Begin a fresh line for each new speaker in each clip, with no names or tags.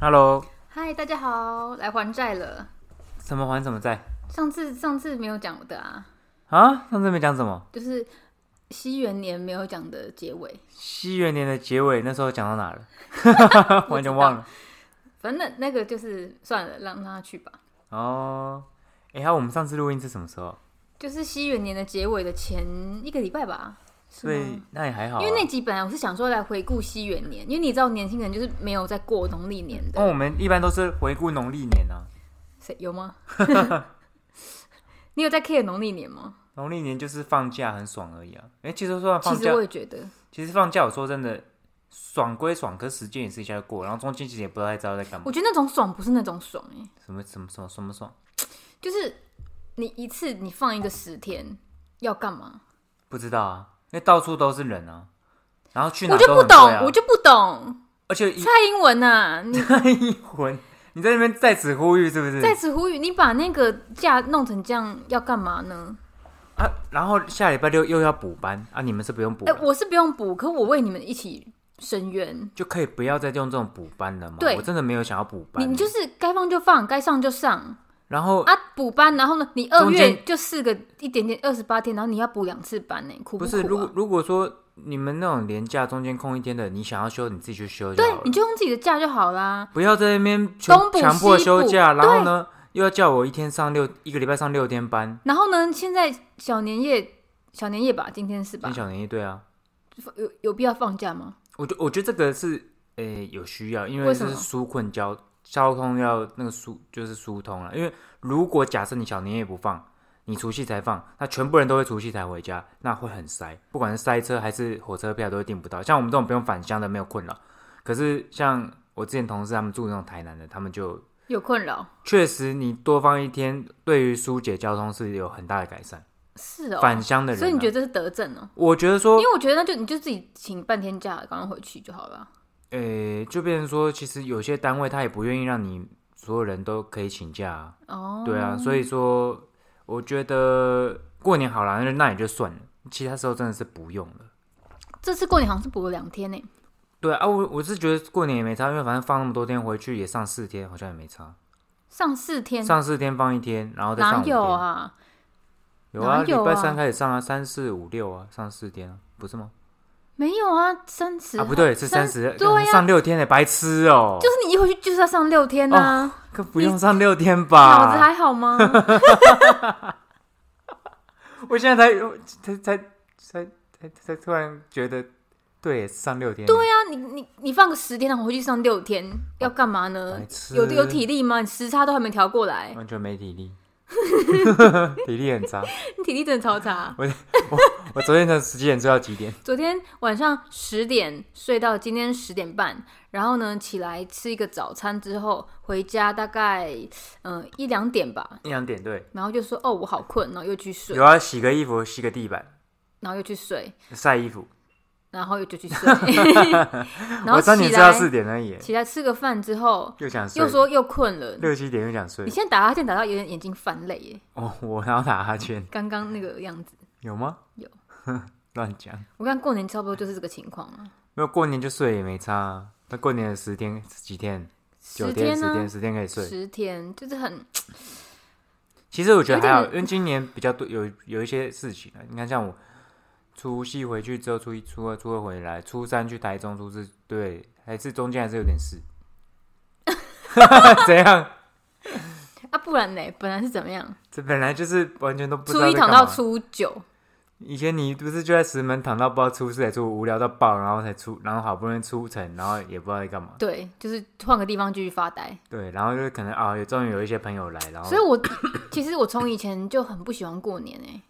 Hello，
嗨，大家好，来还债了。
什么还什么债
上次上次没有讲的啊，
啊？上次没讲什么？
就是西元年没有讲的结尾。
西元年的结尾那时候讲到哪了？ 完全忘了。
反正那个就是算了，让他去吧。
哦，哎、还有我们上次录音是什么时候？
就是西元年的结尾的前一个礼拜吧。是
所
吗
以那也还好、啊。
因为那集本来我是想说来回顾西元年，因为你知道年轻人就是没有在过农历年的，
哦，我们一般都是回顾农历年啊，
谁有 吗？你有在 care 农历年吗？
农历年就是放假很爽而已啊。哎、其实说
其
放
实
假
我，也觉得，
其实放假，我说真的，爽归爽，可时间也是一下就过，然后中间其实也不太知道在干嘛
我。觉得那种爽不是那种爽哎、
什么什么什么什么爽？
就是你一次你放一个十天要干嘛？
不知道啊，因为到处都是人啊，然后去哪
我就
都
不
很贵啊
懂，我就不懂
而且一
蔡英文呐、你
一魂，你在那边在此呼吁是不是？
在此呼吁，你把那个假弄成这样要干嘛 呢？
啊，然后下礼拜六又要补班啊，你们是不用补
哎、
了，
我是不用补，可我为你们一起伸冤。
就可以不要再用这种补班了吗？
对
我真的没有想要补班
你
欸。
你就是该放就放，该上就上
然后、
啊，补班。然后呢，你二
中
月
间
就四个一点点二十八天，然后你要补两次班呢、苦
不
苦
是，如
啊？
果如果说你们那种年假中间空一天的，你想要休你自己去休就
对
好，了
你，就用自己的假就好啦。
不要在那边强
东补
强迫
西
休
补
假，然后
对
呢又要叫我一天上六一个礼拜上六天班，
然后呢，现在小年夜，小年夜吧，今天是吧
跟？小年一对啊，
有有必要放假吗？
我觉我觉得这个是诶、有需要，因为
为
这
什
是
么
纾困交交通要那个疏就是疏通了。因为如果假设你小年夜不放，你除夕才放，那全部人都会除夕才回家，那会很塞，不管是塞车还是火车票都会订不到。像我们这种不用返乡的没有困扰，可是像我之前同事他们住那种台南的，他们就
有困扰
确实你多放一天，对于疏解交通是有很大的改善。
是哦，
返乡的人啊、
所以你觉得这是德政哦？
我觉得说
因为我觉得那就你就自己请半天假，赶快回去就好了。
呃、就变成说，其实有些单位他也不愿意让你所有人都可以请假、啊，
哦，
对啊，所以说我觉得过年好了，那那也就算了，其他时候真的是不用了。
这次过年好像是补了两天呢。
对啊，我我是觉得过年也没差，因为反正放那么多天回去也上四天，好像也没差，
上四天，
上四天放一天，然后再上
哪
五天。
有啊？
有啊，
哪
礼
有
拜
啊
三开始上啊，三四五六啊，上四天啊，不是吗？
没有啊，三十
啊，不对，是三
三
十，
对呀、
上六天的、白痴哦、
就是你一回去就是要上六天啊，
可不用上六天
脑子
吧？
还 好吗？
我现在才才才才才才突然觉得，对，上六天，对
对啊，你你你放个十天，然后回去上六天，要干嘛呢
白？痴
有有体力吗？你时差都还没调过来，
完全没体力， 体力很差。
你体力真的超差。
我昨天的十几点睡到几点？
昨天晚上十点睡到今天十点半，然后呢起来吃一个早餐之后回家大概嗯、呃一两点吧，
一两点对，
然后就说哦我好困，然后又去睡
有，啊，洗个衣服，洗个地板，
然后又去睡，
晒衣服。
然后又就去 睡， 然后
我三点
起
睡到四
来
点而已，
起来吃个饭之后，
又想睡，
又说又困了。
六七点又想睡
你。现在打哈欠打到有点眼睛泛泪耶，
哦，我然后打哈欠，
刚刚那个样子。
有吗？
有，
乱讲。
我看过年差不多就是这个情况啊了，
没有过年就睡也没差、啊，那过年的十天几天？九
十
天、
天啊
十
呢
天、、十天可以睡。
十天就是很
其实我觉得还好，
有
因为今年比较多有有一些事情啊。你看，像我除夕回去之后，初一、初二、初二回来，初三去台中，初四对，还是中间还是有点事。 怎样？
啊，不然呢，本来是怎么样？
这本来就是完全都不知道
初一
在
躺
干
到
嘛。
初九，
以前你不是就在石门躺到不知道初四还是初五，无聊到爆，然后才出，然后好不容易出城，然后也不知道在干嘛。
对，就是换个地方继续发呆。
对，然后就是可能啊，有终于有一些朋友来，然后
所以我 其实我从以前就很不喜欢过年哎、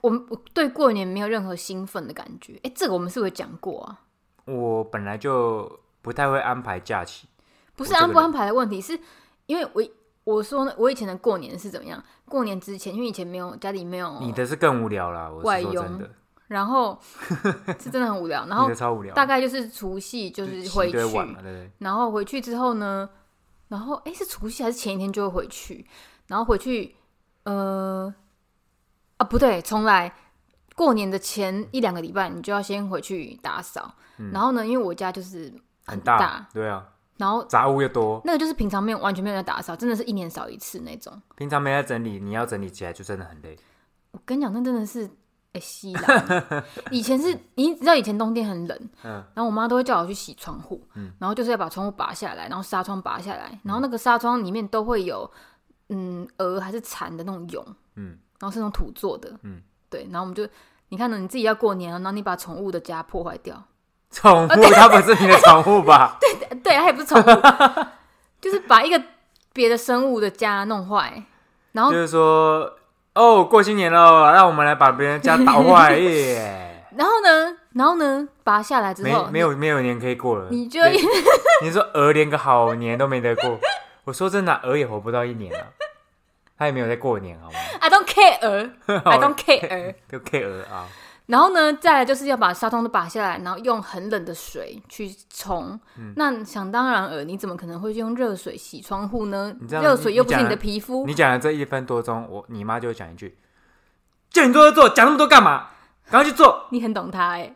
我我对过年没有任何兴奋的感觉。哎、这个我们是不是有讲过啊？
我本来就不太会安排假期，
不
我
是
哦这个
安不
人
安排的问题，是因为我我说呢，我以前的过年是怎么样？过年之前，因为以前没有家里没有
你的是更无聊啦。我
外
是说真
佣
的，
然后 是真的很无聊。然
你
后
的超无聊。
大概就是除夕就是
洗
回
一
去
堆，碗嘛，对不对？
然后回去之后呢，然后诶，是除夕还是前一天就会回去，然后回去呃啊不对，重来。过年的前一两个
嗯
礼拜，你就要先回去打扫。然后呢，因为我家就是
很
大，
对啊，
然后
杂物又多，
那个就是平常没有完全没有在打扫，真的是一年扫一次那种。
平常没在整理，你要整理起来就真的很累。
我跟你讲，那真的是哎、欸、稀烂。 以前是你知道，以前冬天很冷，
嗯
然后我妈都会叫我去洗窗户，
嗯
然后就是要把窗户拔下来，然后纱窗拔下来，然后那个纱窗里面都会有嗯蛾还是蝉的那种蛹，
嗯，
然后是那种土做的，
嗯，
对，然后我们就你看呢，你自己要过年了，然后你把宠物的家破坏掉，
宠物，它不是你的宠物吧？
呃哦 对，它也不是宠物， 就是把一个别的生物的家弄坏，然后
就是说，哦，过新年了，让我们来把别人家捣坏耶！
然后呢，然后呢，拔下 来之
没
后，
没有没有年可以过了，
你就
对你说鹅连个好年都没得过。 我说真的啊，鹅也活不到一年啊，它也没有在过年，好吗
I don't care，I don't care。
就 K 鹅啊，
然后呢，再来就是要把纱窗都拔下来，然后用很冷的水去冲。
嗯
那想当然尔，你怎么可能会用热水洗窗户呢？
你这样
热水又不
你
是
讲
你的皮肤
你，讲了这一分多钟，我你妈就会讲一句：“叫你做就做，讲那么多干嘛？赶快去做，
你很懂他哎、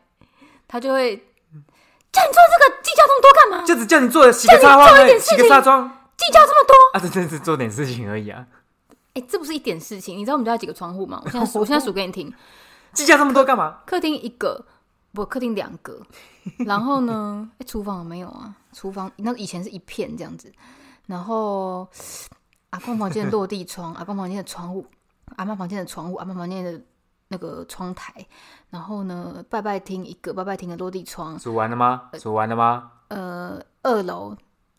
他就会叫你做这个计较这么多干嘛？
就啊只叫你做洗个纱花
点，事
洗个
情
纱窗
计较这么多？
啊，这真是做点事情而已啊，
哎、这不是一点事情。你知道我们家有几个窗户吗？我现在数，我现在数给你听。
计较这么多干嘛？
客厅一个，不，客厅两个。然后呢，诶厨房没有啊，厨房那以前是一片这样子。然后阿公房间的落地窗， 阿公房间的窗户，阿妈房间的窗户，阿妈房间的那个窗台。然后呢，拜拜厅一个，拜拜厅的落地窗。
数完了吗？数完了吗？
呃，二楼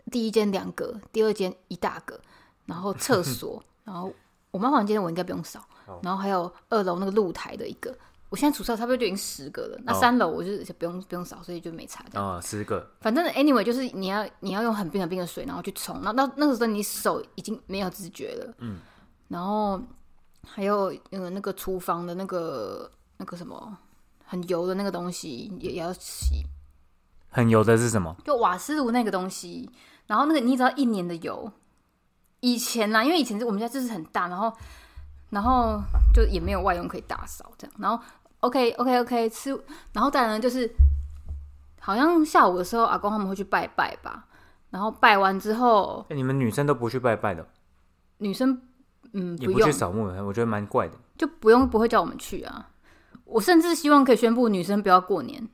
第一间两个，第二间一大个，然后厕所，然后我妈房间我应该不用扫
哦，
然后还有二楼那个露台的一个，我现在主扫差不多就已经十个了，那
哦
三楼我就是不用不用扫，所以就没差这样。
哦，十个，
反正 anyway 就是你要你要用很冰很冰的水，然后去冲，那那那个时候你手已经没有知觉了，
嗯，
然后还有呃那个厨房的那个那个什么很油的那个东西也也要洗，
很油的是什么？
就瓦斯炉那个东西，然后那个你只要一年的油，以前啦，因为以前我们家就是很大，然后然后就也没有外用可以打扫这样，然后 OK OK OK 吃，然后当然就是好像下午的时候阿公他们会去拜拜吧，然后拜完之后
哎你们女生都不去拜拜的，
女生嗯
也
不
不
用
去扫墓的，我觉得蛮怪的。
就不用不会叫我们去啊，我甚至希望可以宣布女生不要过年，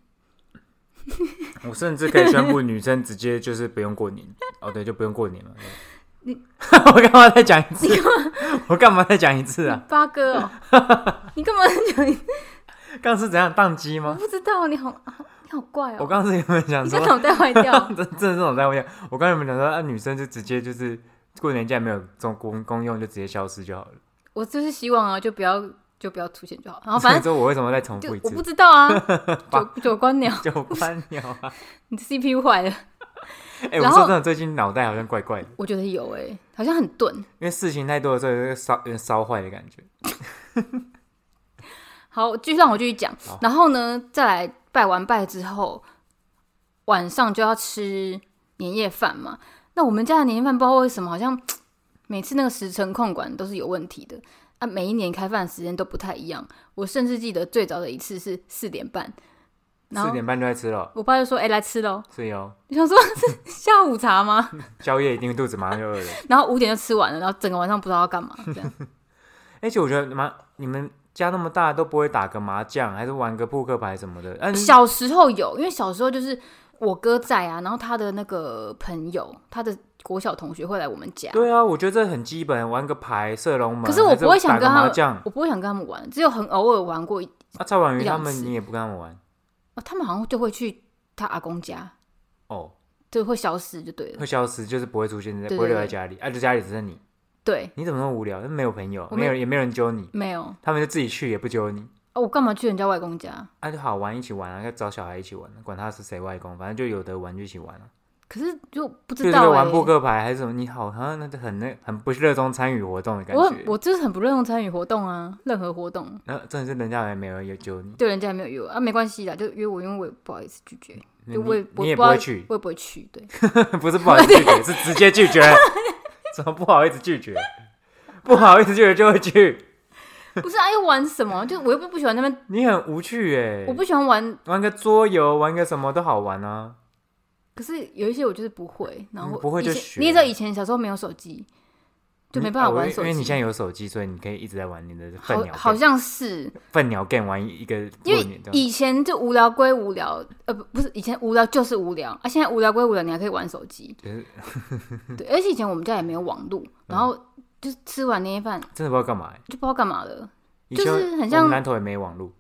我甚至可以宣布，女生直接就是不用过 年。哦，对，就不用过年了。你 我干嘛再讲一次？ 我干嘛再讲一次啊？
八哥哦，你干嘛讲？
刚刚是怎样宕机
我
吗？
不知道，你好你好怪哦，
我刚刚是有没有想
你
说
这，脑袋坏掉。
真真的这种在问，我刚刚有没有想说，啊，女生就直接就是过年既然没有这种公公用，就直接消失就好了。
我就是希望啊，就不要就不要出现就好。然后反 正
所以说我为什么再重
就
复一
我不
次？
知道啊， 九九官鸟，
就关鸟 啊！
你的 CPU 坏了，
哎、我
然
说
后
真的，最近脑袋好像怪怪的，
我觉得有哎、好像很钝。
因为事情太多了，所以有点烧有点烧坏的感觉。
好，继续让我继续讲
好。
然后呢，再来拜完拜之后，晚上就要吃年夜饭嘛。那我们家的年夜饭不知道为什么，好像每次那个时辰控管都是有问题的啊。每一年开饭的时间都不太一样。我甚至记得最早的一次是四点半，然
四
后
点半就在吃了，
我爸就说：“哎、来吃喽。
所以哦，”
我想说是 下午茶吗？
宵夜一定肚子马上就饿了。
然后五点就吃完了，然后整个晚上不知道要干嘛，这样
而且我觉得麻你们家那么大都不会打个麻将，还是玩个扑克牌什么的。嗯、
小时候有，因为小时候就是我哥在啊，然后他的那个朋友，他的国小同学会来我们家，
对啊，我觉得这很基本，玩个牌、射龙门。
可是我不会想跟
还是打
他
个麻将
我不会想跟他们玩，只有很偶尔玩过一，
啊。蔡婉瑜他
一两
们
次
你也不跟他们玩
哦他们好像就会去他阿公家，
哦，
就会消失就对了。
会消失，就是不会出现在，
对
不会留在
对
家里，啊，就家里只剩你。
对，
你怎么那么无聊？没有朋友，
我
没
没
有也没有人揪你，
没有啊、
他们就自己去也不揪你。
我干嘛去人家外公家？
啊，就好玩一起玩啊，要找小孩一起玩、啊，管他是谁外公，反正就有的玩就一起玩啊。
可是就不
就这
知道、
个
欸、
玩扑克牌还是什么，你好好像那就很那很不热衷参与活动的感
我
觉。
我就是很不热衷参与活动啊，任何活动。
然后真的是人家也没有揪你，
对人家也没有约我啊，没关系啦，就约我，因为我也不好意思拒绝，
你
就我也我
你也
也
不
知道
会去，
我也不会去。对，
不是不好意思拒 绝，是直接拒绝。 怎么不好意思拒绝？不好意思拒绝就会拒，
不是啊，要玩什么？就我又不不喜欢那边，
你很无趣哎、
我不喜欢玩。
玩个桌游，玩个什么都好玩啊。
可是有一些我就是不会，然后
嗯不会就
以前
学嗯
你也知道以前小时候没有手机，就没办法
啊我
玩手
因为
机。
你现在有手机，所以你可以一直在玩你的
好
笨鸟
好
game，
像是，
笨鸟 game 玩一个
因
过
为
年这样。
以前就无聊归无聊，呃，不不是以前无聊就是无聊啊，现在无聊归无聊，你还可以玩手机。
就是
对，而且以前我们家也没有网路，
嗯
然后就是吃完年夜饭
真的不知道干嘛欸。
就不知道干嘛了
以
就
前
是很
我们
像
南头也没网络，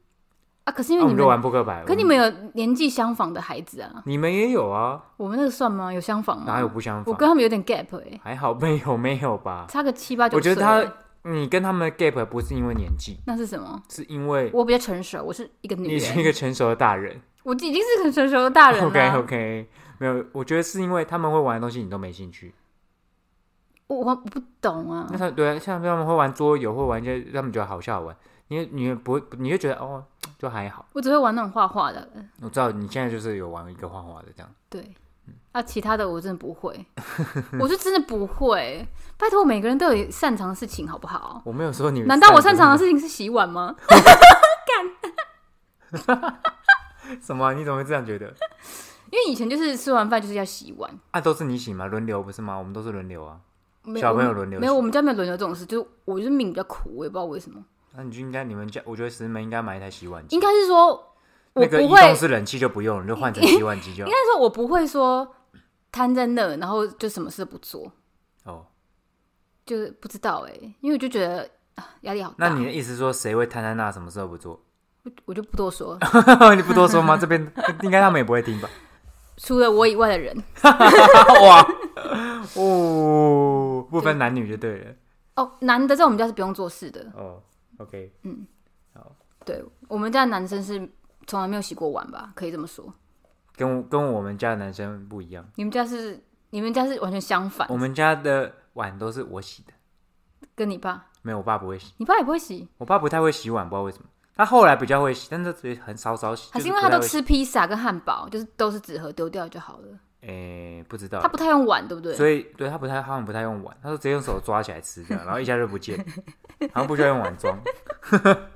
啊。可是因
那
为
我
你
们就
们，
玩扑克牌。
可你
我
们有年纪相仿的孩子啊，
你们也有啊？
我们那个算吗？有相仿吗？
哪有不相
我
仿？
跟他们有点 gap 哎、
还好没有没有吧？
差个七八九岁。
我觉得他你跟他们的 gap 不是因为年纪，
那是什么？
是因为
我比较成熟，我是一个女
你
人，
是一个成熟的大人。
我已经是个成熟的 大人了。啊
OK OK，没有，我觉得是因为他们会玩的东西你都没兴趣。
我我不懂啊
那，他对啊，像他们会玩桌游，会玩一些他们觉得好笑好玩，你也你也不会，你就觉得哦，就还好。
我只会玩那种画画的，
我知道你现在就是有玩一个画画的这样，
对。啊，其他的我真的不 会，我是真的不会。拜托，每个人都有擅长的事情，好不好？
我没有说你。
难道我擅长的事情是洗 碗吗？
什么啊？你怎么会这样觉得？
因为以前就是吃完饭就是要洗碗，
啊，都是你洗吗？轮流不是吗？我们都是轮流啊。
没有
小朋友轮流洗
没有，我们家没有轮流这种事，就是我就是命比较苦，我也不知道为什么。
那你就应该你们家，我觉得石门应该买一台洗碗机。
应该是说我
那个
不
移
会，
动式冷气就不用了，你就换成洗碗机就好
应该说我不会说瘫在那，然后就什么事都不做，
哦。
就是不知道哎、因为我就觉得啊压力好大。
那你的意思说谁会摊在那什么事都不做？
我我就不多说，
你不多说吗？这边应该他们也不会听吧？
除了我以外的人
哇哦，不分男女就对了。
哦，男的在我们家是不用做事的，
哦，OK，
对我们家的男生是从来没有洗过碗吧，可以这么说。
跟我跟我们家的男生不一样，
你们家是你们家是完全相反
我，们家的碗都是我洗的，
跟你爸，
没有我爸不会洗，
你爸也不会洗，
我爸不太会洗碗，不知道为什么。他后来比较会洗，但是也很少少洗。
还
就是
因为
不
他
太
都
会洗？
吃披萨跟汉堡，就是都是纸盒丢掉就好了，
诶，不知道
他。不太用碗，对不对？
啊所以对他不太，他们不太用碗，他说直接用手抓起来吃这样，然后一下就不见，好像不需要用碗装。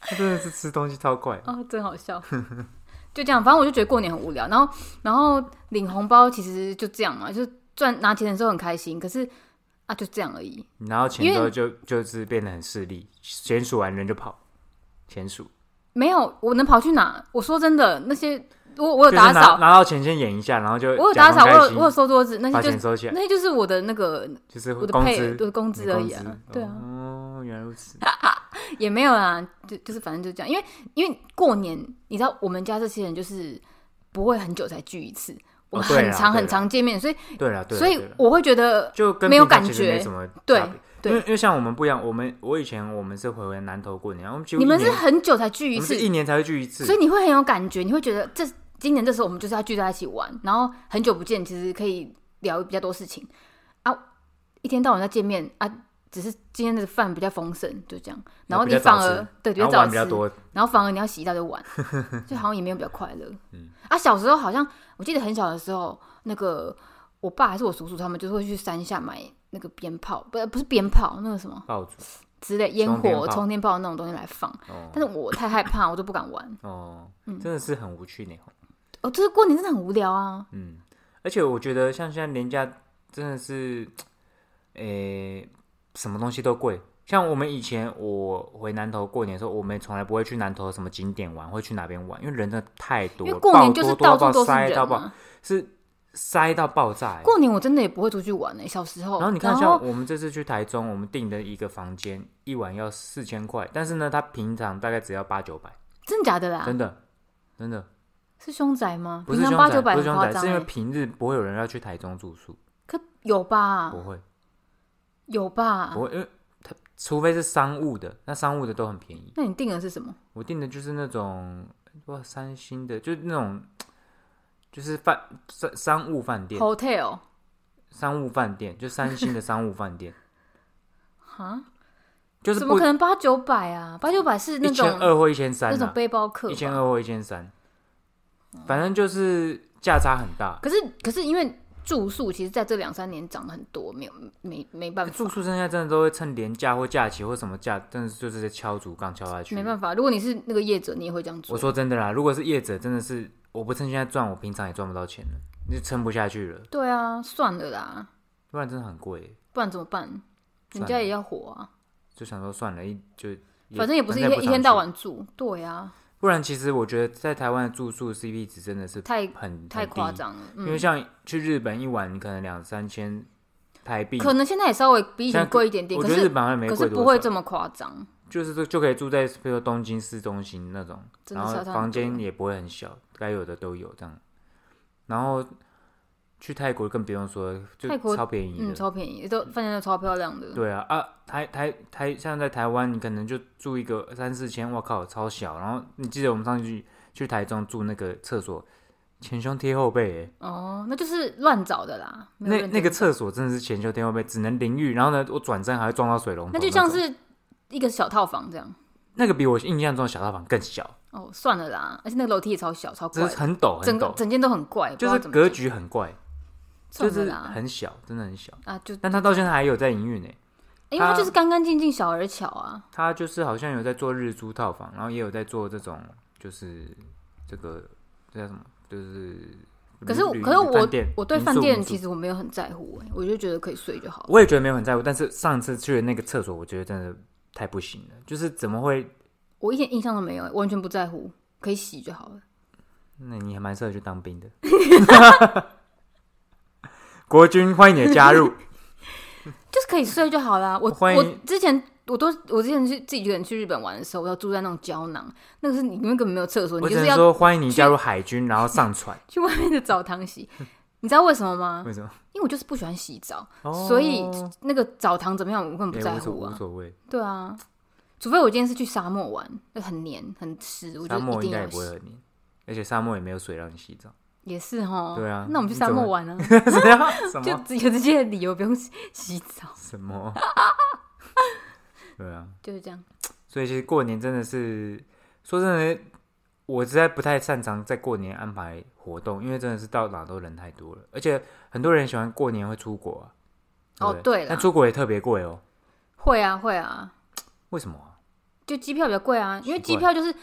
他真的是吃东西超快，
哦，真好笑。 就这样，反正我就觉得过年很无聊。然后，然后领红包其实就这样嘛，就是赚拿钱的时候很开心，可是啊就这样而已。
你拿到钱之
因
后
为
就就是变得很势利，钱数完人就跑，钱数
没有，我能跑去哪？我说真的，那些我我
就
有
是
打
拿
扫，
拿到钱先演一下，然后就
我有
假
打扫，
装
我
开
有
心
我有收桌子，那
把
些就
钱
是
收起来，
那些就是我的那个
就是
我
啊
的
工
配
资
对工资而已
你的
啊
工，资
对啊，
哦，原来如此，
也没有啦，就就是反正就这样。因为因为过年，你知道我们家这些人就是不会很久才聚一次，我们
哦对啦
很常
对
很
啦
常见面，所以
对了对了，啊
所以
对啦
我会觉得
就跟
没有
平常
感
其实没
觉
什么差
对
别
对
因为因为像我们不一样，我们我以前我们是回回南头过年，我们几乎
你
一
们是
年
很久才聚一
我们
次
是，一年才会聚一次，
所以你会很有感觉，你会觉得这今年这时候我们就是要聚在一起玩，然后很久不见，其实可以聊比较多事情啊，一天到晚在见面啊，只是今天的饭比较丰盛，就这样，然后
比
你
较
反
早
而
吃
对，比
然
较
后
早
玩
吃
比，较多，
然后反而你要洗一大堆 碗，就好像也没有比较快乐。
嗯
啊，小时候好像我记得很小的时候，那个我爸还是我叔叔他们就是会去山下买那个鞭炮，不不是鞭炮，那个什么
爆竹
之类烟
冲天
火、
炮
冲天炮那种东西来放。
哦
但嗯是我太害怕，我就不敢玩。
哦，真的是很无趣呢。
哦，就是过年真的很无聊啊。
嗯，而且我觉得像现在廉价真的是，诶、什么东西都贵。像我们以前我回南头过年的时候，我们从来不会去南头什么景点玩，会去哪边玩，因为人真的太多
因为
了，
过
爆
年就是
多多
到处
到
都
爆
是
塞
人、
到爆，
啊。
是塞到爆炸、欸。
过年我真的也不会出去玩诶、小时候。
然后你看，像我们这次去台中，我们订的一个房间，一晚要四千块，但是呢，它平常大概只要八九百，
真的假的啦？
真的，真的
是凶宅吗？
不是
平
凶
常八
宅，
九百
不是凶
很夸
宅，
张、
是因为
欸，
平日不会有人要去台中住宿，
可有吧？
不会。
有吧
不？会，因为它除非是商务的，那商务的都很便宜。
那你订的是什么？
我订的就是那种哇，三星的，就是那种就是饭商商务饭店，
hotel
商务饭店就三星的商务饭 店，
哈？
就是
怎么
不
可能八九百啊？八九百是那
一
种
千二或一千
那
三
种
啊，
背包客吧，
一千二或一千三，反正就是价差很大。
可是可是因为住宿其实在这两三年涨很多，没有没没办法，
住宿生现在真的都会趁年假或假期或什么假，真的是就是在敲竹杠敲下去。
没办法。如果你是那个业者，你也会这样做。
我说真的啦，如果是业者，真的是我不趁现在赚，我平常也赚不到钱了，你就撑不下去了，
对啊，算了啦，
不然真的很贵。
不然怎么办？人
算
家
了
也要活啊，
就想说算了，一就也
反正也不是一
反正也不
天一
常
天到
去
晚住。对啊，
不然其实我觉得在台湾的住宿 CP 值真的是
太
很
太夸、张了。
很低因为
嗯，
像去日本一晚，你可能两三千台币，
可能现在也稍微比以
现
前
在
贵一点点，
我
可
觉得日
是
本好像没
可
贵
是
多
不会
少
这么夸张，
就是就就可以住在比如说东京市中心那种，
真
然
的
后
差太
房
多
间也不会很小，该有的都有这样。然后去泰国更不用说，就
泰国
超便宜
嗯，
的。
超便宜，都饭店都超漂亮的。
对啊啊，台台台像在台湾，你可能就住一个三四千，我靠，超小。然后你记得我们上次去去台中住那个厕所，前胸贴后背、欸，
哦，那就是乱找的啦。没有
那
认
那
真
个厕所真的是前胸贴后背，只能淋浴。然后呢，我转身还会撞到水龙头
那
种。
就像是一个小套房这样。
那个比我印象中的小套房更小，
哦，算了啦，而且那个楼梯也超小，超
就
怪
是
的，
很陡
整
很
个
陡，
整间都很怪，
就
不
是
知道怎么
格
进
局很怪。就是
算了啦
很小，真的很小。
啊，就
但他到现在还有在营运呢，欸
因为它
它
就是干干净净、小而巧啊。
他就是好像有在做日租套房，然后也有在做这种，就是这个这叫什么，就是旅。
可是我
旅
可是我
饭店
我对
民
饭
宿
店
民宿
其实我没有很在乎、欸，我就觉得可以睡就好了。
我也觉得没有很在乎，但是上次去的那个厕所，我觉得真的太不行了，就是怎么会？
我一点印象都没有、欸完全不在乎，可以洗就好了。
那你还蛮适合去当兵的。 国军，欢迎你的加 入。
就是可以睡就好啦。我
欢迎
我之前我都我之前去自己一个人去日本玩的时候，我要住在那种胶囊，那个是你根本没有厕所，你
我
就
只
是
能
要
说欢迎你加入海军，然后上船。
去外面的澡堂 洗。你知道为什么吗？
为什么？
因为我就是不喜欢洗澡，
哦
所以那个澡堂怎么样，我根本不
也
在
哎无所
乎
无
啊。
所谓，
对啊，除非我今天是去沙漠玩，那很黏很湿，我觉
沙
得一
漠应
定
该也
要
不
洗
会。很黏，而且沙漠也没有水让你洗 澡。
也是哈，
对啊
那我们去沙漠玩啊，
怎样？什
就
么？
只有这些理由不用洗洗澡，
什么？ 对啊，
就是这样。
所以其实过年真的是，说真的，我实在不太擅长在过年安排活动，因为真的是到哪都人太多了，而且很多人喜欢过年会出国啊。
哦
不
对啦
但出国也特别贵哦。
会啊会啊，
为什么啊、
就机票比较贵啊，因为
奇
机
怪
票就是，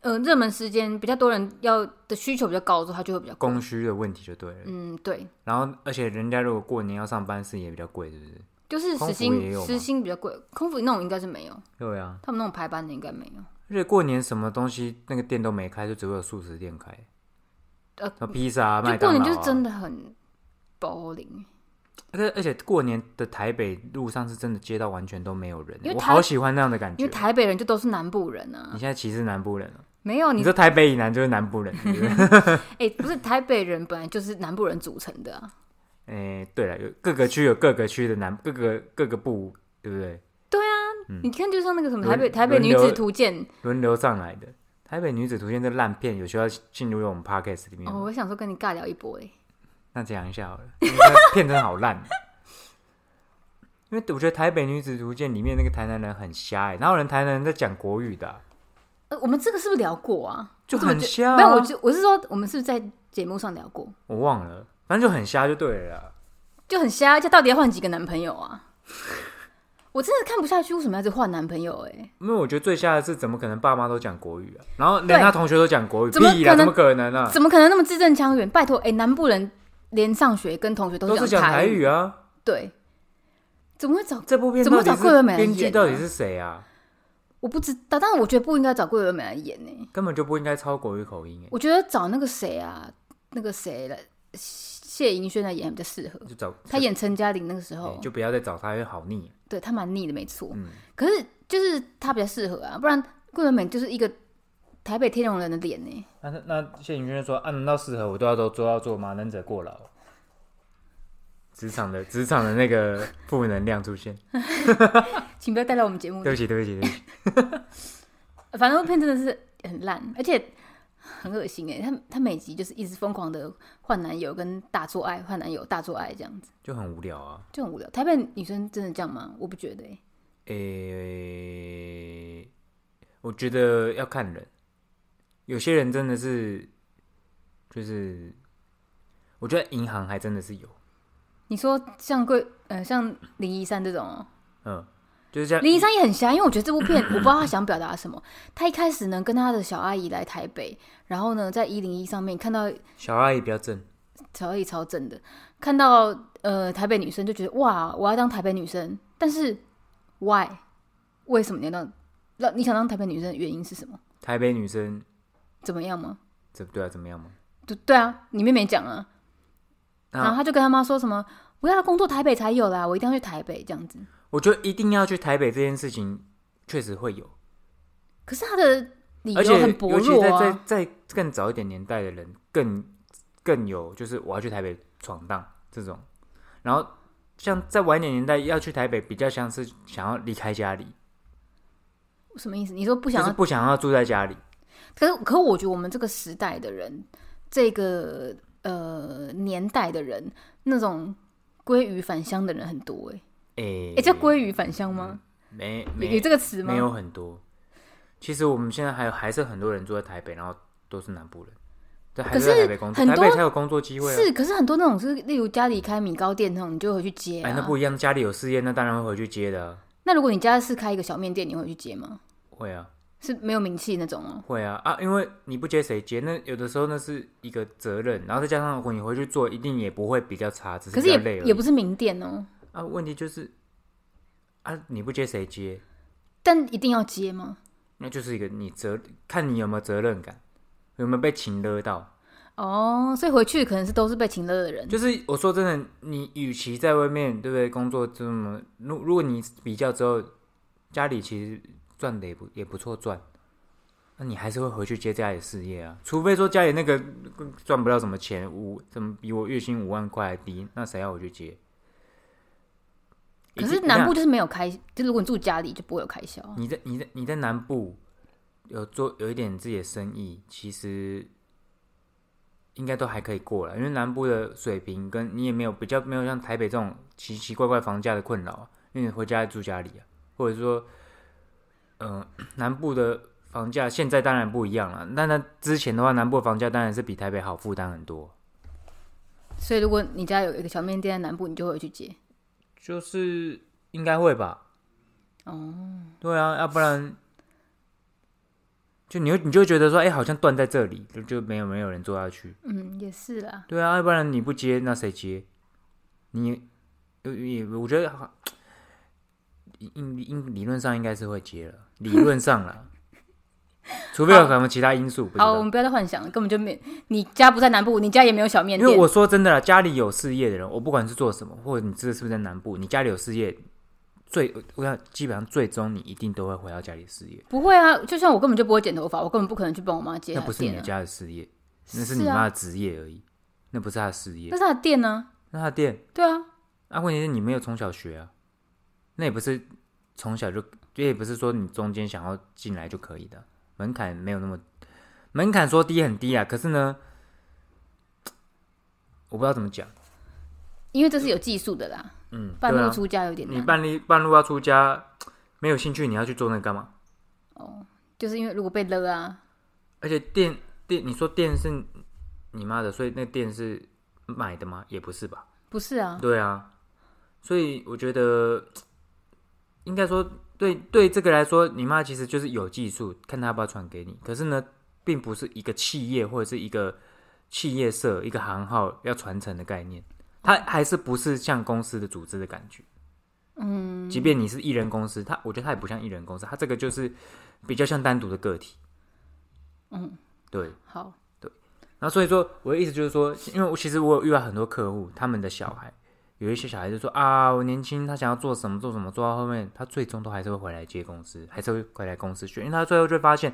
呃，热门时间比较多人要的需求比较高的时候，它就会比较贵。
供需的问题就对了。
嗯，对，
然后，而且人家如果过年要上班，是也比较贵，是不是？
就是
空
时
服也有
薪
吗
时薪比较贵，空服那种应该是没有，
对啊，
他们那种排班的应该没有。
而且过年什么东西那个店都没开，就只会有素食店开。
呃
什么披萨、啊、麦
就
当
过
劳、
年
啊，
就是真的很 boring，
而且而且过年的台北路上是真的街道完全都没有人欸
因为，
我
台
好喜欢那样的感
因
觉
为。台北人就都是南部人
你
啊，
现在歧视南部人了？
没有
嗯你
你
说台北以南就是 南部人，对不对
哎、不是台北人本来就是南部人组成的啊，
哎、对了，有各个区有各个区的南，各个各个部，对不对？
你看就像那个什
嗯
么
轮
台北台北女
轮
子
流
图鉴，
轮流上来的。台北女子图鉴这烂片有需要进入我们 podcast 里面
哦，
吗？
我想说跟你尬聊一波哎、
那讲一下好了，因为那片真的好烂。哦 因为我觉得《台北女子图鉴》里面那个台南人很瞎哎、哪有人台南人在讲国语的啊、
呃，我们这个是不是聊过啊？
就
我怎么
很
觉
瞎啊
没有，我就我是说，我们是不是在节目上聊过？
我忘了，反正就很瞎就对了啦。
就很瞎，这到底要换几个男朋友啊？ 我真的看不下去，为什么要一直换男朋友、欸？
因为我觉得最吓的是，怎么可能爸妈都讲国语啊？然后连
对
他同学都讲国语，
怎么
屁啦，
可
怎
能
么可能啊？
怎么可能那么字正腔圆？拜托，哎、南部人连上学跟同学都
都是讲
台
台语啊！
对，怎么会找？
这部片
怎么
到底
找桂纶
是
镁来
编
演
剧
啊
到底是谁啊？
我不知道，但是我觉得不应该找桂纶镁来演呢、
根本就不应该抄国语口音欸
我觉得找那个谁啊，那个谁来，谢盈萱来演比较适合
哎，。就找
她演陈嘉玲那个时候
哎，就不要再找他，因为好腻。
对她蛮腻的，没错。
嗯
可是就是她比较适合啊，不然桂纶镁就是一个台北天龙人的脸呢、
那那谢颖轩就说啊，难道适合我都要都都要做吗？能者过劳。职场的职场的那个负能量出现，
请不要带来我们节目。
对不起对不起对不起，
反正片真的是很烂，而且很恶心哎。他他每集就是一直疯狂的换男友跟大做爱，换男友大做爱这样子，
就很无聊啊。
就很无聊。台北女生真的这样吗？我不觉得哎。
诶、呃我觉得要看人，有些人真的是，就是，我觉得银行还真的是有，
你说像贵，呃，像林一山这种、哦，
嗯，就是这样。
林一山也很瞎，因为我觉得这部片，我不知道他想表达什么。他一开始呢，跟他的小阿姨来台北，然后呢，在一零一上面看到
小阿姨比较正，
小阿姨超正的，看到呃台北女生就觉得哇，我要当台北女生。但是 why？为什么你要当？让你想当台北女生的原因是什么？
台北女生
怎么样吗？
怎对啊？怎么样吗？
对对啊，里面没讲啊。然后
那
他就跟他妈说什么：“我要工作台北才有啦，我一定要去台北这样子。
我觉得一定要去台北这件事情确实会有，”
可是他的理
而且
由很薄
尤其
弱
在
啊。
在在更早一点年代的人更更有，就是我要去台北闯荡这种。然后像在晚一点年代要去台北，比较像是想要离开家里，
什么意思？你说不
就
想
是
要？
不想要住在家里。
可是，可是我觉得我们这个时代的人，这个呃年代的人，那种鲑鱼返乡的人很多哎、欸、
诶、
哎、叫鲑鱼返乡吗？
没
有有
没
这个词吗？
没有很多。其实我们现在还有还是很多人住在台北，然后都是南部人，对，还
可
在
是
台北工作，
很
台
多
北才有工作机会、啊。
是，可是很多那种是，例如家里开米糕店那种，你就会去接啊。
哎，那不一样，家里有事业，那当然会回去接的啊、
那如果你家是开一个小面店，你会去接吗？
会啊，
是没有名气那种哦。
会啊啊！因为你不接谁接？那有的时候那是一个责任，然后再加上你回去做，一定也不会比较差，只
可
是比较
是也
累而
也
已。
不是名店哦，
啊，问题就是啊，你不接谁接？
但一定要接吗？
那就是一个你责，看你有没有责任感，有没有被情勒到。
哦，所以回去可能是都是被请乐的人。
就是我说真的，你与其在外面对不对工作这么，如如果你比较之后，家里其实赚的也不也不错赚，那你还是会回去接家里事业啊。除非说家里那个嗯赚不到什么钱，五怎么比我月薪五万块还低，那谁要我去接？
可
已
是
经
南部就是没有开，就如果你住家里就不会有开销啊。
你在你在你在南部有做有一点自己的生意，其实应该都还可以过了，因为南部的水平跟你也没有比较没有像台北这种奇奇怪怪房价的困扰啊、因为你回家住家里啊，或者说，嗯、南部的房价现在当然不一样了，那那之前的话，南部的房价当然是比台北好负担很多，
所以如果你家有一个小面店在南部，你就会去接。
就是应该会吧？哦，对啊，要不然就你会你就会觉得说，哎、好像断在这里，就就没有没有人做下去。
嗯，也是啦。
对啊，要不然你不接，那谁接？你呃也我觉得好应应理论上应该是会接了，理论上 啦，除非有什么其他因素，不知
好，我
道。
们不要再幻想了，根本就没。你家不在南部，你家也没有小面
因
店。
为我说真的啦，家里有事业的人，我不管是做什么，或者你这是不是在南部，你家里有事业，最我想基本上最终你一定都会回到家里的事业，
不会啊，就像我根本就不会剪头发，我根本不可能去帮我妈接
那
她
不
的
是你
店、
的
啊。
家的事业，那是
是
你
啊
妈的职业而已，那不是她的事业
那。是她的店呢、
那她的店，
对啊，
啊，问题是你没有从小学啊，那也不是从小就，也不是说你中间想要进来就可以的，门槛没有那么，门槛说低很低啊，可是呢，我不知道怎么讲。
因为这是有技术的啦，
嗯，
半
对
路
啊
出家有点
你
难。
半路半路要出家，没有兴趣，你要去做那个干嘛？
就是因为如果被勒啊，
而且店店，你说店是你妈的，所以那店是买的吗？也不是吧？
不是啊，
对啊，所以我觉得应该说，对对这个来说，你妈其实就是有技术，看她要不要传给你。可是呢，并不是一个企业或者是一个企业社、一个行号要传承的概念，它还是不是像公司的组织的感觉。嗯，即便你是艺人公司，它我觉得它也不像艺人公司，它这个就是比较像单独的个体。嗯，对。
好，
然后所以说，我的意思就是说，因为我其实我有遇到很多客户，他们的小孩有一些小孩就说啊，我年轻，他想要做什么做什么，做到后面他最终都还是会回来接公司，还是会回来公司学，因为他最后就会发现，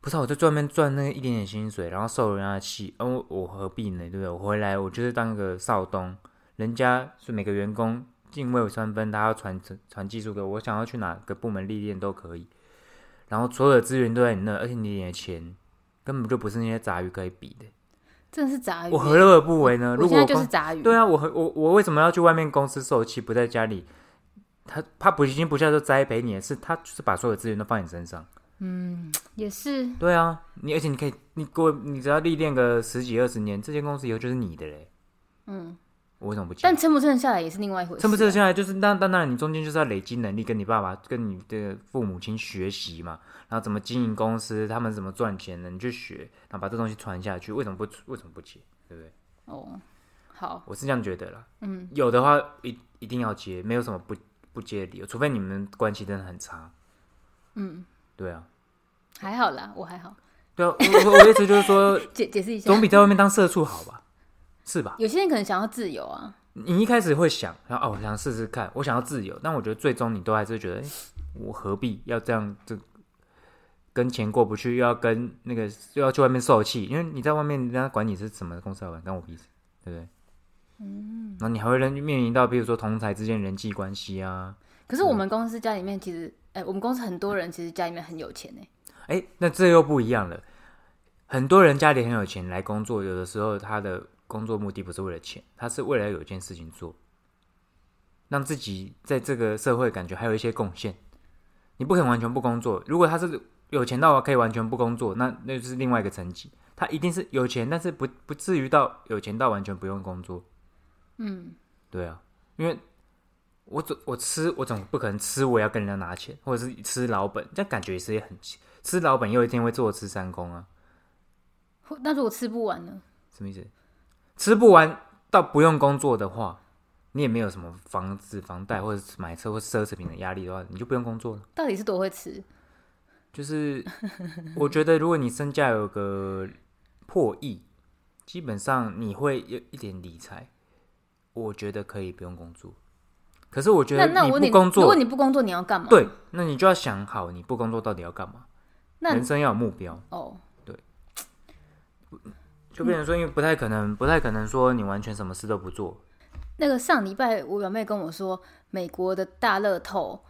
不是啊我就专门赚那一点点薪水，然后受人家的气，嗯、我我何必呢？对不对？我回来我就是当个少东，人家是每个员工敬畏我三分，他要传传技术给我，我想要去哪个部门历练都可以，然后所有的资源都在你那，而且你领的钱。根本就不是那些杂鱼可以比的。
真的是杂鱼。欸
我何乐而不为呢？
我
如
现
果我
在就是嗯
公
杂鱼。
对啊，我何我我为什么要去外面公司受气，不在家里？他他不已经不叫做栽培你，是他就是把所有资源都放你身上。
也是，
对啊，你而且你可以，你给我，你只要历练个十几二十年，这间公司以后就是你的嘞。嗯，我为什么不签
但？撑不撑得下来也是另外一回事。
撑不撑得下来，就是那当然，你中间就是要累积能力，跟你爸爸、跟你的父母亲学习嘛，然后怎么经营公司，他们怎么赚钱的，你去学，然后把这东西传下去。为什么不为什么不接？对不对？
哦，好，
我是这样觉得啦。
嗯，
有的话一一定要接，没有什么不不接的理由，除非你们关系真的很差。
嗯，
对啊，
还好啦，我还好。
对啊，我我我的意思就是 说，
解解释一下，
总比在外面当社畜好吧？是吧？
有些人可能想要自由啊，
你一开始会想，然后哦，我想试试看，我想要自由，但我觉得最终你都还是觉得，诶嗯我何必要这样子跟钱过不去，又要跟那个又要去外面受气，因为你在外面人家管你是什么公司老板，干我屁事，对不对？嗯，然后你还会认面临到，比如说同才之间人际关系啊，
可是我们公司家里面其实，哎、我们公司很多人其实家里面很有钱哎、
哎，那这又不一样了。很多人家里很有钱来工作，有的时候他的工作目的不是为了钱，他是为了有一件事情做，让自己在这个社会感觉还有一些贡献。你不可能完全不工作，如果他是有钱到可以完全不工作，那那就是另外一个层级。他一定是有钱，但是不不至于到有钱到完全不用工作。
嗯，
对啊，因为我总我吃我总不可能吃我也要跟人家拿钱，或者是吃老本，这样感觉也是也很奇吃老本，又一天会做吃三公啊，
或那如果吃不完呢？
什么意思？吃不完到不用工作的话，你也没有什么房子、房贷或者是买车或奢侈品的压力的话，你就不用工作了。
到底是多会吃？
就是 我觉得，如果你身价有个破亿，基本上你会有一点理财，我觉得可以不用工作。可是我觉
那
得
那我
呃你
问
不工
如
作
果，你不工作，你要干嘛？，
对，那你就要想好你不工作到底要干嘛，
那
人生要有目标，
哦，
就变成说，因为不太可能，不太可能说你完全什么事都不做，
那个上礼拜我表妹跟我说，美国的大乐透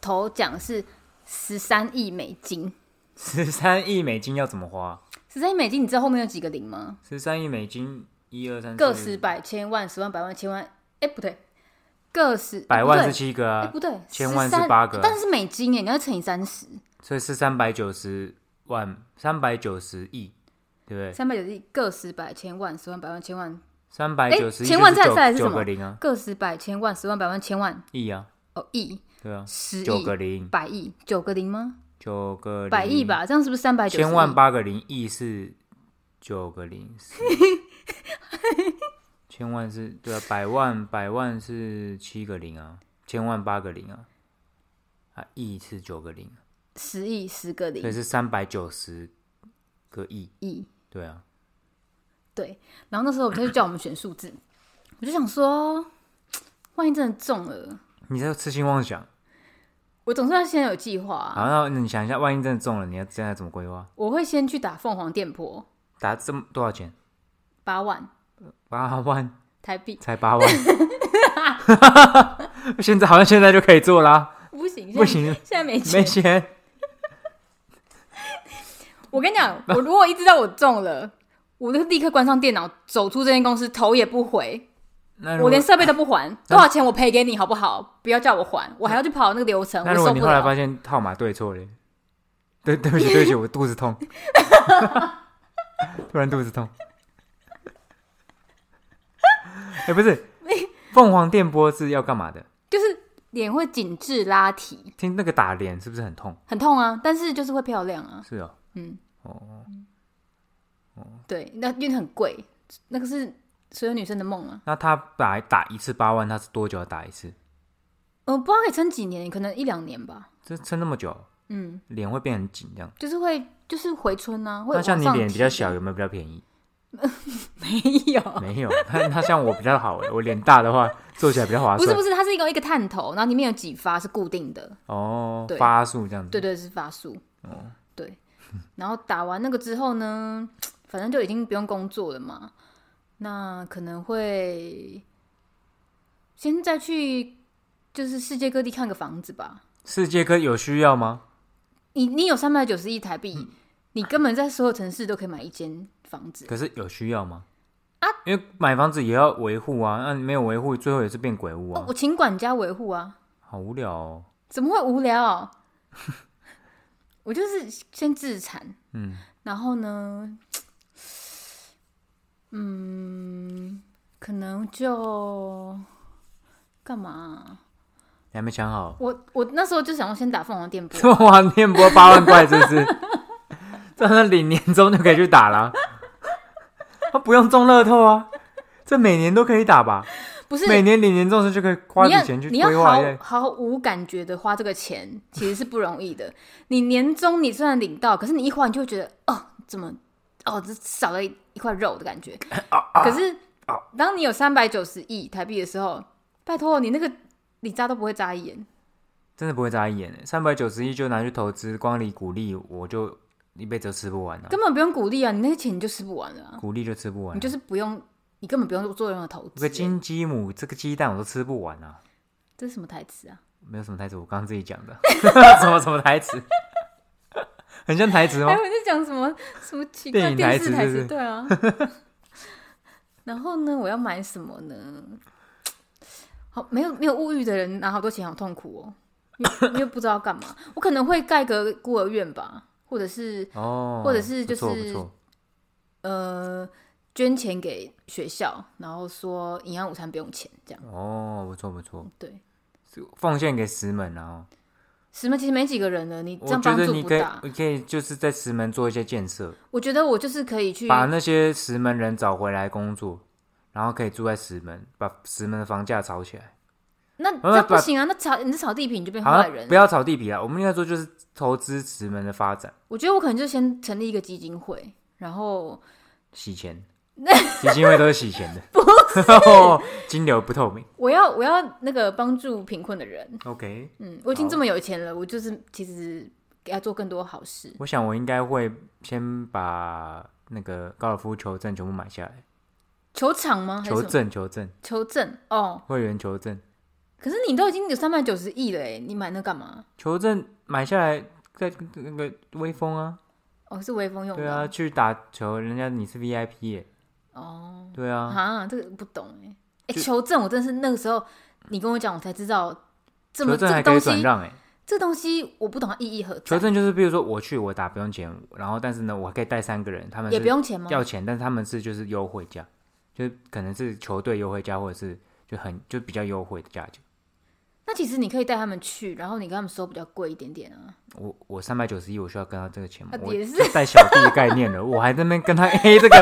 头奖是十三亿美金，
十三亿美金要怎么花？
十三亿美金，你知道后面有几个零吗？
十三亿美金，一二三，
个
四
十百千万十万百万千万，哎、不对，个十
百万是
哎、
七个啊，
不对，
千万是
13
八个啊
但是美金哎，你要乘以三十，
所以是三百九十万，三百九十亿，对不对？
三百九十亿，个十百千万十万百万千万，
三百九十亿，
哎千万再再来是什
九
么
个零啊，
个十百千万十万百万千万
亿啊，
哦亿
对啊，
十
九
亿
个零，
百亿九个零吗？
九个零
百亿，吧，这样是不是三百九？
千万八个零亿是九个零，是千万是对啊，百万百万是七个零啊，千万八个零啊，啊亿是九个零，
十亿十个
所以
零
是三百九十个亿，
亿。
对啊，
对，然后那时候他就叫我们选数字，我就想说，万一真的中了，
你在痴心妄想。
我总是要先有计划啊、
好，那那你想一下，万一真的中了，你要现在怎么规划？
我会先去打凤凰电波，
打这么多少钱？
八万
八万
台币，
才八万， 现在好像现在就可以做啦，
不行，
不
现
行，
在，现在没钱。
没钱。
我跟你讲，我如果一知道我中了，我就立刻关上电脑，走出这间公司，头也不回，
那如
我
果
连设备都不还，
那
多少钱我赔给你好不好？不要叫我还，我还要去跑那个流程，
那
呃我
如
受
果你
不
后来
了。
发现号码对错嘞， 对对不起对不起，我肚子 痛，突然肚子痛。哎、不是，凤凰电波是要干嘛的？
就是脸会紧致拉提，
听那个打脸是不是很痛？
很痛啊，但是就是会漂亮啊。
是哦，
嗯，
哦，
对，那因为很贵，那个是所有女生的梦啊。
那他打打一次八万，他是多久要打一次？
我呃不知道可以撑几年，可能一两年吧。
这撑那么久，
嗯，
脸会变很紧这样。
就是会就是回春啊，会
那像
往
你
上
脸
提哦
比较小，有没有比较便宜？
没有？
没有，那那像我比较好欸，我脸大的话做起来比较划
不
算。
是不是，它是一个一个探头，然后里面有几发是固定的，
哦
对，
发数这样子。
对对是发数。哦，对。然后打完那个之后呢，反正就已经不用工作了嘛，那可能会先再去就是世界各地看个房子吧。
世界各有需要吗？
你你有三百九十亿台币，你根本在所有城市都可以买一间房子。
可是有需要吗？啊，因为买房子也要维护啊，那你没有维护，最后也是变鬼屋
哦
啊，，
我请管家维护啊，
好无聊哦。
怎么会无聊、我就是先自产，
嗯，
然后呢，嗯，可能就干嘛啊、
你还没想好？
我我那时候就想要先打凤凰电波，
哇，念波八万块是不是？这样他领年终就可以去打了，他不用中乐透啊，这每年都可以打吧？
不是
每年领年终的时候就可以花
你要
点钱去
你要
规划一
毫
下。
毫无感觉的花这个钱，其实是不容易的。你年终你虽然领到，可是你一花你就会觉得哦，怎么哦，这少了一一块肉的感觉。
啊
可是当你有三百九十亿台币的时候，拜托你那个你眨都不会眨一眼。
真的不会眨一眼欸，三百九十亿就拿去投资，光理股利我就一辈子都吃不完了、
根本不用鼓励啊，你那些钱你就吃不完了、啊，
股利就吃不完
你
了、
就是不用，你根本不用做任何投
这
资
个
欸。
金鸡母，这个鸡蛋我都吃不完啊！
这是什么台词啊？
没有什么台词，我刚刚自己讲的， 什么什么台词， 很像台词吗
还有？你哎在讲什么什么奇
电
怪
影
电
台
视
词
台
是不
词？
是
对啊。 然后呢，我要买什么呢？好，没有没有物欲的人拿好多钱，好痛苦哦，因为因为不知道干嘛。我可能会盖个孤儿院吧，或者是
哦，
或者是就
不错不
是
错，
呃捐钱给学校，然后说营养午餐不用钱这样。
哦，不错不错，
对，
是奉献给石门然后
石门其实没几个人了，你这
我
样
觉
帮
得
助
你
不
可以
大。，
你可以就是在石门做一些建设，
我觉得我就是可以去
把那些石门人找回来工作，然后可以住在石门，把石门的房价炒起来。
那这样不行啊！那炒你是炒地皮，你就变
好
坏
像
人。
不要炒地皮啊，我们应该说就是投资石门的发展，
我觉得我可能就先成立一个基金会，然后
洗 钱，基金会都是洗钱的， 不是，金流不透明。
我要我要那个帮助贫困的人。
OK，
嗯，我已经
好
这么有钱了，我就是其实给他做更多好事。
我想我应该会先把那个高尔夫球证全部买下来，
球场吗？哦还是
球
什么？
证球证
球证哦。
会员球证。
可是你都已经有三百九十亿了哎，你买那干嘛？
球证买下来，在那个威风啊，
哦，是微风用的。
对啊，去打球，人家你是 VIP，、耶，
哦，
对啊，
哈，这个不懂哎。哎，
就
球证我真的是那个时候你跟我讲，我才知道这
球
么这
证还
个
可
东
以转
西，
让哎、
这个东西我不懂它意义何
球
在，
证就是比如说我去我打不用钱，然后但是呢我还可以带三个人，他们
也不
是
用钱吗？
要钱，但是他们是就是优惠价，就是可能是球队优惠价或者是就很就比较优惠的价钱。
那其实你可以带他们去，然后你跟他们收比较贵一点点啊。
我我三百九十一，我需要跟他这个钱吗
啊？
我
也是
带小弟的概念了，我还在那边跟他 A 这个，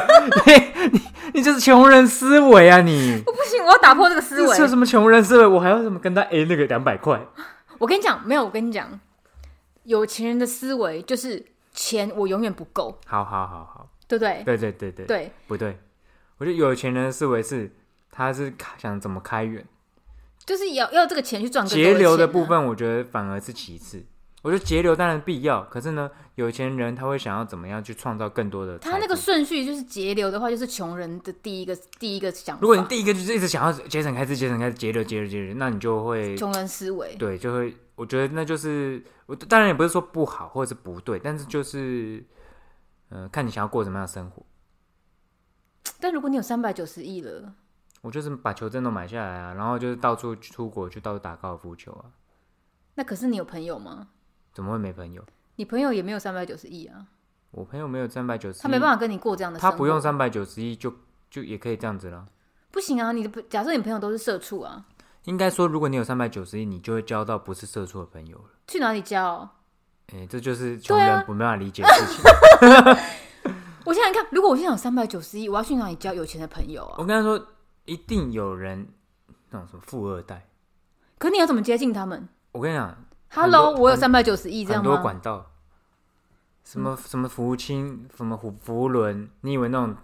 哎你你你就是穷人思维啊你！
不行，我要打破这个思
这是
维。
什么穷人思维？我还要怎么跟他 A 那个两百 块？
我跟你讲，没有，我跟你讲，有钱人的思维就是钱我永远不够，
好好好好，
对不对？
对对对对，
对，
不对？我觉得有钱人的思维是，他是开想怎么开源，
就是要要这个钱去赚更多
节流的
的钱啊
部。分，我觉得反而是其次。我觉得节流当然必要，可是呢，有钱人他会想要怎么样去创造更多的财富。
他那个顺序就是节流的话，就是穷人的第一个第一个想法。
如果你第一个就是一直想要节省开支、节省开支、节流、节流、节流，那你就会
穷人思维，
对，就会我觉得那就是我当然也不是说不好或者是不对，但是就是呃，看你想要过怎么样的生活。
但如果你有三百九十亿了，
我就是把球证都买下来啊，然后就是到处出国去到处打高尔夫球啊，
那可是你有朋友吗？
怎么会没朋友？
你朋友也没有三百九十亿啊，
我朋友没有三百九十，
他没办法跟你过这样的生
嗯他
活。
不用三百九十一就就也可以这样子了。
不行啊！你的假设你朋友都是社畜啊，
应该说，如果你有三百九十一，你就会交到不是社畜的朋友了。
去哪里交？
哎、这就是穷
对
人
啊
不办法理解的 事情。
我想想看，如果我现在有三百九十亿，我要去哪里交有钱的朋友啊？
我跟他说，一定有人那种什么富二代。
可你要怎么接近他们
我跟你讲，
？Hello，
很
我有三百九十亿，这
很
样
多
吗？嗯
管道，什么什么福清，什么福福伦，你以为那种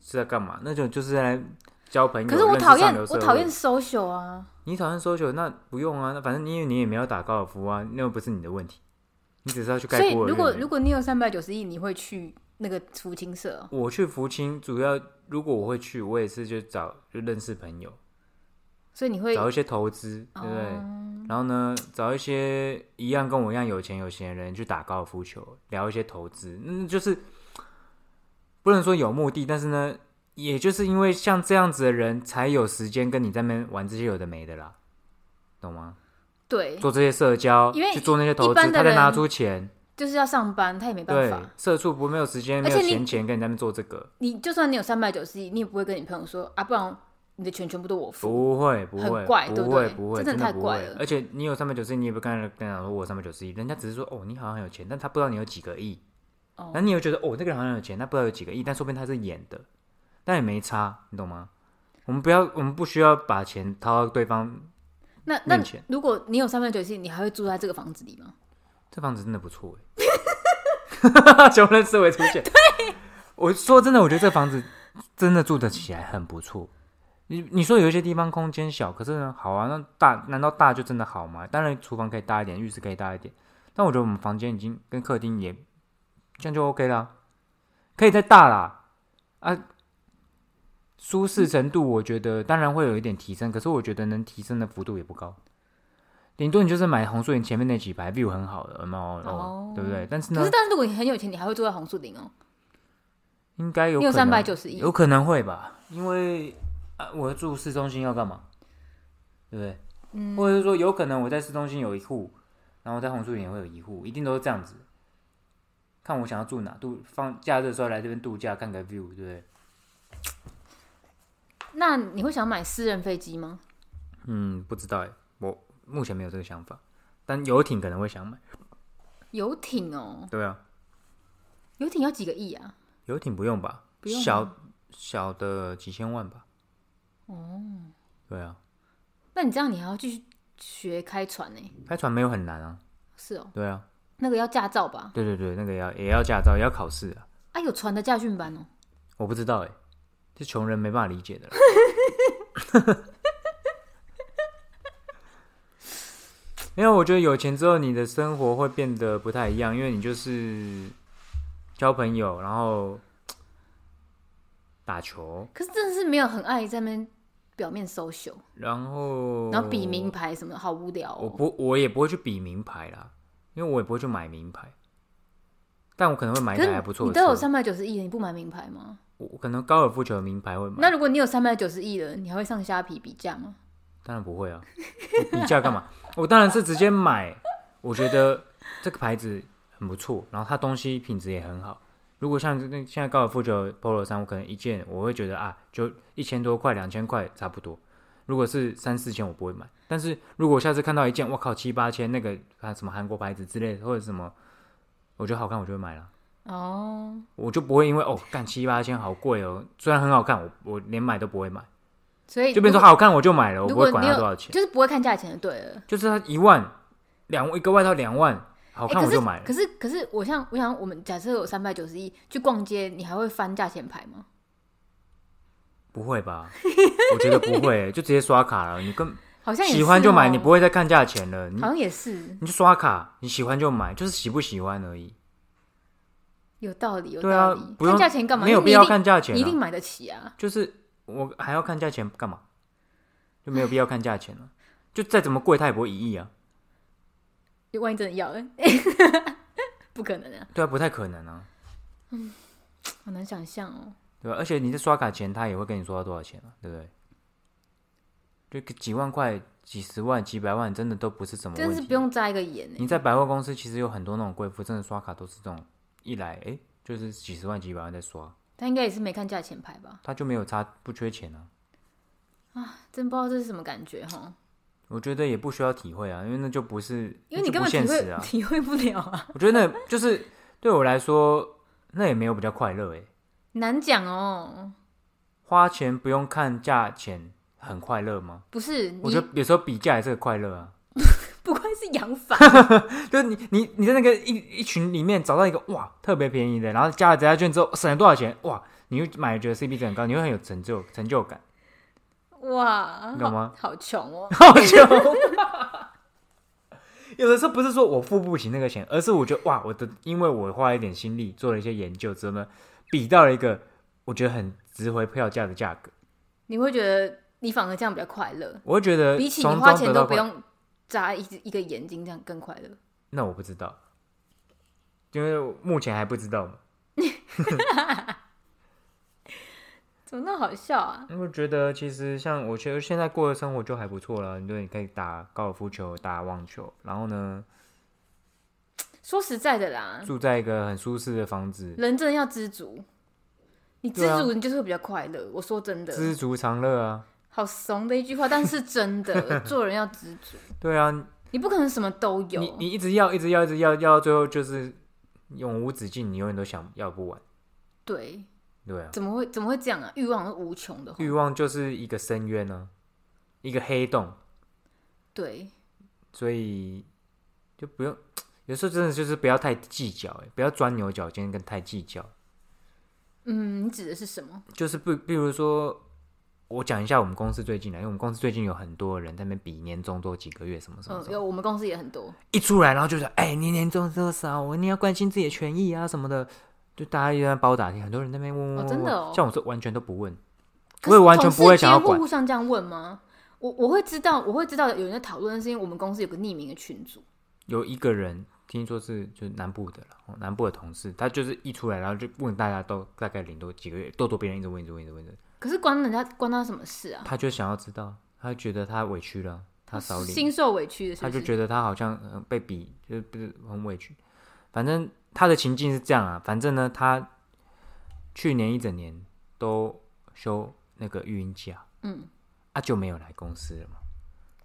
是在干嘛？那种就是在交朋友。
可是我
认识
讨
上
厌
流，社
我
会
讨厌 social 啊！
你讨厌 social，那不用啊，那反正你也你也没有打高尔夫啊，那又不是你的问题，你只是要去
所
盖
以
孤儿
如
院
果
而已
如果你有三百九十亿，你会去那个福清社哦？
我去福清，主要如果我会去，我也是就找就认识朋友，
所以哦你会
找一些投资，对不对？然后呢，找一些一样跟我一样有钱有闲的人去打高尔夫球，聊一些投资，嗯，就是不能说有目的，但是呢，也就是因为像这样子的人，才有时间跟你在那边玩这些有的没的啦，懂吗？
对，
做这些社交，
因为
去做那些投
一
资，
般的
他再拿
人
出钱，
就是要上班，他也没办
对
法。，
社畜不没有时间，
而
没
且
有
你
闲钱跟你在那边做这个，
你就算你有三百九十亿，你也不会跟你朋友说啊，不然你的钱全部都我付，
不会，不会，
很怪对
不
不
会，
对
不会，
真的
真的
太
不
怪
会
了
而且你有三百九十一，你也不跟人跟人讲说我哦三百九十一，人家只是说哦，你好像很有钱，但他不知道你有几个亿。
哦
那你又觉得哦，这个人好像有钱，他不知道有几个亿，但说不定他是演的，但也没差，你懂吗？我们不要，我们不需要把钱掏到对方。
那那
面前
如果你有三百九十一，你还会住在这个房子里吗？
这房子真的不错欸哎， 穷人思维出现。对，我说真的，我觉得这房子真的住得起来，很不错。你你说有一些地方空间小，可是呢，好啊，那大难道大就真的好吗？当然，厨房可以大一点，浴室可以大一点，但我觉得我们房间已经跟客厅也这样就 OK 啦，可以再大啦啊。舒适程度，我觉得当然会有一点提升，可是我觉得能提升的幅度也不高，顶多你就是买红树林前面那几排 view 很好的，有没有？
哦
对不对？但是
可
呢
是，，但是如果你很有钱，你还会住在红树林哦。
应该有
你有
可能
三百九十一，
有可能会吧，因为啊，我住市中心要干嘛？对不对？嗯，或者是说，有可能我在市中心有一户，然后在红树林也会有一户，一定都是这样子。看我想要住哪度，放假日的时候来这边度假，看个 view，对不对？
那你会想买私人飞机吗？
嗯，不知道哎，我目前没有这个想法，但游艇可能会想买。
游艇哦，
对啊，
游艇要几个亿啊？
游艇不用吧？
不用吗
小小的几千万吧。哦，对啊，
那你这样你还要继续学开船呢、欸
开船没有很难啊。
是哦，
对啊，
那个要驾照吧？
对对对，那个也要也要驾照，也要考试啊。
啊，有船的驾训班哦。
我不知道哎、是穷人没办法理解的啦。 因为我觉得有钱之后，你的生活会变得不太一样，因为你就是交朋友，然后打球，
可是真的是没有很爱在那边表面 social，
然后
然后比名牌什么的，好无聊
我
哦。
不，我也不会去比名牌啦，因为我也不会去买名牌，但我可能会买一
可是
台还不错
你
的
都有
车。
三百九十亿了，你不买名牌吗？
我我可能高尔夫球的名牌会买，
那如果你有三百九十亿了，你还会上虾皮比价吗？
当然不会啊， 我比价干嘛？我当然是直接买。我觉得这个牌子很不错，然后它东西品质也很好。如果像那现在高尔夫球 Polo 衫，我可能一件我会觉得啊，就一千多块、两千块差不多。如果是三四千，我不会买。但是如果我下次看到一件，我靠七八千那个啊什么韩国牌子之类的，或者什么，我觉得好看，我就会买了。
哦，
我就不会因为哦，干七八千好贵哦，虽然很好看，我我连买都不会买，
所以
就变成
如
说好看我就买了，我
如
不
果
会管
你
它
有
多少钱。
就是不会看价钱就对了。
就是它一万两一个外套两万，好
哎
哦看我就买了。
可是可是，可是我像我想，我们假设有三百九十亿去逛街，你还会翻价钱牌吗？
不会吧？ 我觉得不会， 就直接刷卡了。你跟
好像也是
喜欢就买，
哦
你不会再看价钱了。你
好像也是
你就刷卡，你喜欢就买，就是喜不喜欢而已。
有道理，有
对
道
啊
理。
不用
看价钱干嘛？
没有
因为
必
你
要
一定
看价钱、
你一定
啊，
买得起啊！
就是我还要看价钱干嘛？就没有必要看价钱了、就再怎么贵，它也不会一亿啊。
万一真的要、欸， 不可能啊，
对啊，不太可能啊，
好难想象哦。
对吧、而且你在刷卡前，他也会跟你说要多少钱啊，对不对？就几万块、几十万、几百万，真的都不是什么问
真
题。
是不用扎一个眼欸呢、
你在百货公司其实有很多那种贵妇，真的刷卡都是这种，一来哎、诶就是几十万几百万在刷，
他应该也是没看价钱牌吧？
他就没有差不缺钱啊。
真不知道这是什么感觉哈，
我觉得也不需要体会啊，因为那就不是，
因为
那
你
就不
根本体
现
会、
实啊。
体会不了啊，
我觉得那就是对我来说，那也没有比较快乐诶、
难讲哦。
花钱不用看价钱，很快乐吗？
不是
我
你
觉得有时候比价也是个快乐啊。
不愧是养法，
就是你你你在那个一一群里面找到一个哇特别便宜的，然后加了折价券之后省了多少钱哇，你又买了觉得 CP 值很高，你会很有成就成就感。
哇，
你懂吗
好好穷哦。
好穷。有的时候不是说我付不起那个钱，而是我觉得哇，我的因为我花了一点心力做了一些研究之后呢，比到了一个我觉得很值回票价的价格，
你会觉得你反而这样比较快乐，
我会觉得
比起你
从
花
中
钱
呃得到
都不
快。
用扎一一个眼睛，这样更快乐。
那我不知道，因为我目前还不知道嘛。
怎么那么好笑啊？
我觉得其实像我觉得现在过的生活就还不错了，对，你可以打高尔夫球、打网球，然后呢
说实在的啦，
住在一个很舒适的房子，
人真的要知足，你知
对啊
足，你就是会比较快乐。我说真的，
知足常乐啊。
好怂的一句话，但是 真的，做人要知足，
对啊，
你不可能什么都
你
有。
你一直要，一直要，一直要，要到最后就是永无止境，你永远都想要不完。
对，
对啊，
怎么会怎么会这样啊？欲望是无穷的哦，
欲望就是一个深渊呢、一个黑洞，
对，
所以就不用。有时候真的就是不要太计较、欸，不要钻牛角尖跟太计较。
嗯，你指的是什么？
就是不，比如说，我讲一下我们公司最近的，因为我们公司最近有很多人在那边比年终多几个月什么什么
嗯，
什么，
有我们公司也很多，
一出来然后就说，哎、你年终多少？我你要关心自己的权益啊什么的，就大家一直在包打听，很多人在那边问问问
哦
问
真的哦
像我是完全都不问，
可
我也
是
完全
同事
不会想要
间会
管
互相这样问吗？我我会知道，我会知道有人在讨论，是因为我们公司有个匿名的群组，
有一个人听说是就是南部的了，哦南部的同事，他就是一出来然后就问大家都大概领多几个月，都多别人一直问一直问一直问一直问，
可是关人家关他什么事啊？
他就想要知道，他觉得他委屈了，他少领，
心受委屈的是
他
不，
就是觉得他好像、呃、被比，就是不是很委屈。反正他的情境是这样啊，反正呢，他去年一整年都休那个育婴假，
嗯，
啊就没有来公司了嘛，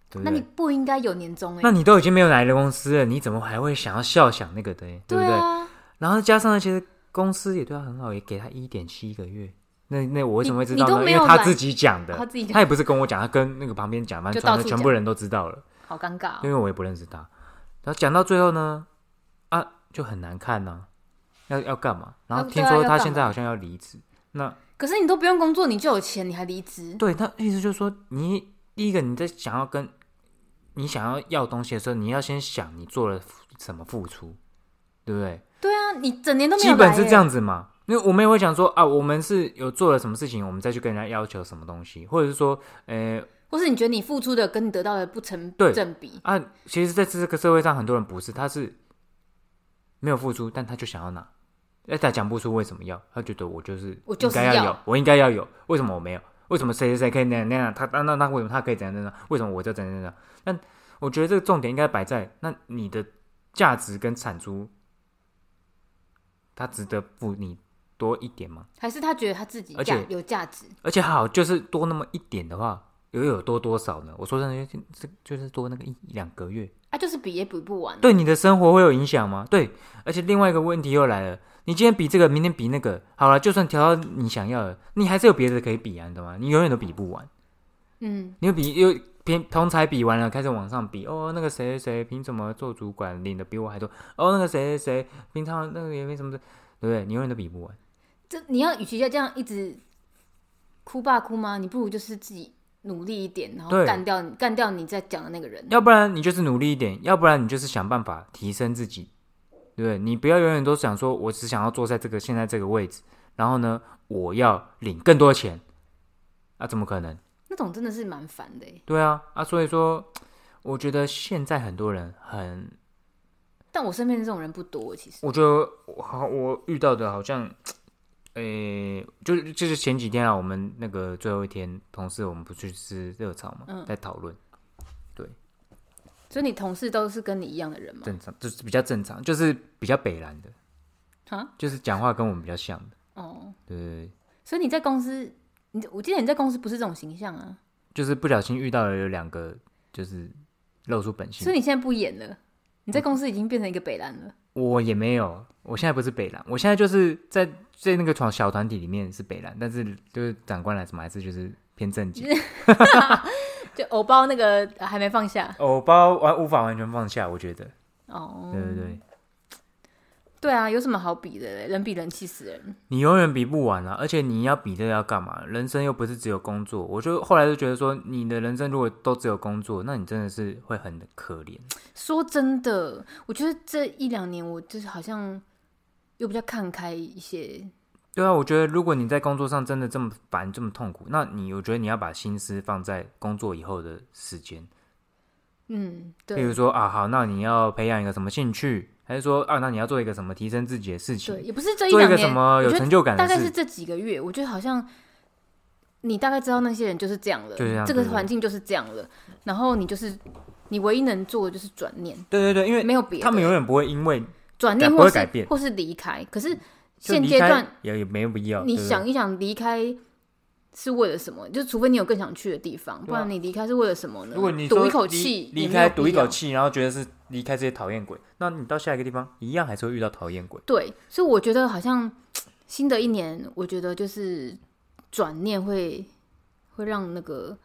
对不
那你
对？
不应该有年终哎、
那你都已经没有来公司了，你怎么还会想要笑想那个的、对不对？
啊，
然后加上呢，其实公司也对他很好，也给他一点七个月。那那我为什么会知
你
道
你都
呢？
没
因
有
为他
来
自己讲的，
他自己讲
他也不是跟我讲，他跟那个旁边讲，反
就
正传
到
的
处
全部人都知道了。
好尴尬、哦。
因为我也不认识他。然后讲到最后呢，啊，就很难看呐、要要干嘛？然后
要
听
对啊
说
要
他
干
现在
嘛
好像要离职，那
可是你都不用工作，你就有钱，你还离职？
对他意思就是说，你第一个你在想要跟你想要要东西的时候，你要先想你做了什么付出，对不对？
对啊，你整年都没有
基本
来
是
耶
这。样子嘛。因为我们也会想说啊，我们是有做了什么事情，我们再去跟人家要求什么东西，或者是说，呃，
或是你觉得你付出的跟你得到的不成
对
正比，
啊，其实在这个社会上，很多人不是，他是没有付出，但他就想要拿，哎，他讲不出为什么要，他觉得我就是
我就是
应该要有
要，
我应该要有，为什么我没有？为什么谁谁谁可以那样那样？他那那那为什么他可以怎样怎样？为什么我就怎样怎样？但我觉得这个重点应该摆在那你的价值跟产出，他值得付你多一点吗？
还是他觉得他自己
而
价
且
有价值？
而且好，就是多那么一点的话，又有多多少呢？我说真的，就就就是多那个一一两个月，
啊，就是比也比不完。
对你的生活会有影响吗？对，而且另外一个问题又来了，你今天比这个，明天比那个，好了，就算调到你想要的，你还是有别的可以比啊，你懂吗？你永远都比不完，
嗯，
你又比又偏同才比完了，开始往上比，哦，那个谁谁谁凭什么做主管领的比我还多？哦，那个谁谁谁平常那个也没什么的，对不对？你永远都比不完。
这你要与其要这样一直哭爸哭妈，你不如就是自己努力一点，然后
对
干掉你干掉你在讲的那个人。
要不然你就是努力一点，要不然你就是想办法提升自己，对不对？你不要永远都想说，我只想要坐在这个现在这个位置，然后呢，我要领更多钱，啊，怎么可能？
那种真的是蛮烦的耶，
对啊，啊，所以说，我觉得现在很多人很，
但我身边的这种人不多，其实。
我觉得我好，我遇到的好像，诶、就是就是前几天啊，我们那个最后一天，同事我们不去吃热炒嘛，
嗯
在讨论。
所以你同事都是跟你一样的人吗？
正常，就是比较正常，就是比较北蓝的，
啊，
就是讲话跟我们比较像的，
哦，
对对对，
所以你在公司，你我记得你在公司不是这种形象啊，
就是不小心遇到了有两个，就是露出本
所
性。
以你现在不演了，
嗯
你在公司已经变成一个北兰了。
我也没有，我现在不是北蓝，我现在就是在在那个团小团体里面是北蓝，但是就是长官来什么还是就是偏正 经。
就偶包那个呃还没放下
偶包完无法完全放下，我觉得，
哦，
对对对，
对啊，有什么好比的嘞？人比人气死人。
你永远比不完啊，而且你要比这个要干嘛？人生又不是只有工作，我就后来就觉得说，你的人生如果都只有工作，那你真的是会很可怜。
说真的，我觉得这一两年我就是好像又比较看开一些。
对啊，我觉得如果你在工作上真的这么烦、这么痛苦，那你我觉得你要把心思放在工作以后的时间，
嗯，
比如
对
说啊，好，那你要培养一个什么兴趣，还是说啊，那你要做一个什么提升自己的事
对，
情，
也不是这一
做一
两
个
年，
什么有
我觉
成
得
就感
大
的
概是
事，
这几个月，我觉得好像你大概知道那些人就是这样了，
就这样
个
对对
环境就是这样了，然后你就是你唯一能做的就是转念，
对对对，因为
没有别的，
他们永远不会因为
转
改
念
不
或
会
是
改变
或是离开，可是
就
现
离
阶
开
段
也也没有必要，
你
对不对
想一想离开是为了什么？就除非你有更想去的地方，不然你离开是为了什么呢？
啊如果你
赌
说
一口
离
气，
离
也没
开
有
赌
必
一口
要
气，然后觉得是离开这些讨厌鬼，那你到下一个地方一样还是会遇到讨厌鬼。
对，所以我觉得好像新的一年，我觉得就是转念会会让那个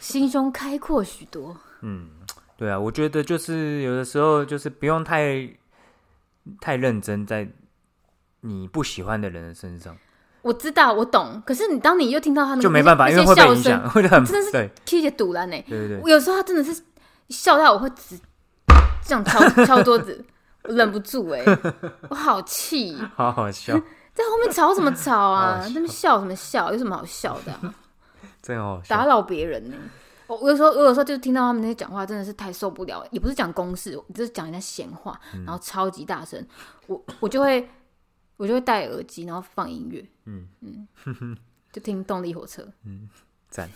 心胸开阔许多。
对啊，我觉得就是有的时候就是不用太太认真在你不喜欢的人的身上，
我知道，我懂。可是你当你又听到他那个
就没办法，
那
因
嗯些
为会被
笑
影
声，
响，会 很
真的
对
是，K 姐堵烂呢。
对对对，
我有时候他真的是笑到我会直这样敲敲桌子，我忍不住哎、 我好气，
好好 笑，
在后面吵什么吵啊
好？
那边笑什么笑？有什么好笑 的啊、
真好笑
打。扰别人呢、我我有时候，我有时候就听到他们那些讲话，真的是太受不了。也不是讲公事，就是讲人家闲话，
嗯
然后超级大声。我我就会我就会戴耳机，然后放音乐，
嗯
嗯，就听动力火车，
嗯，赞，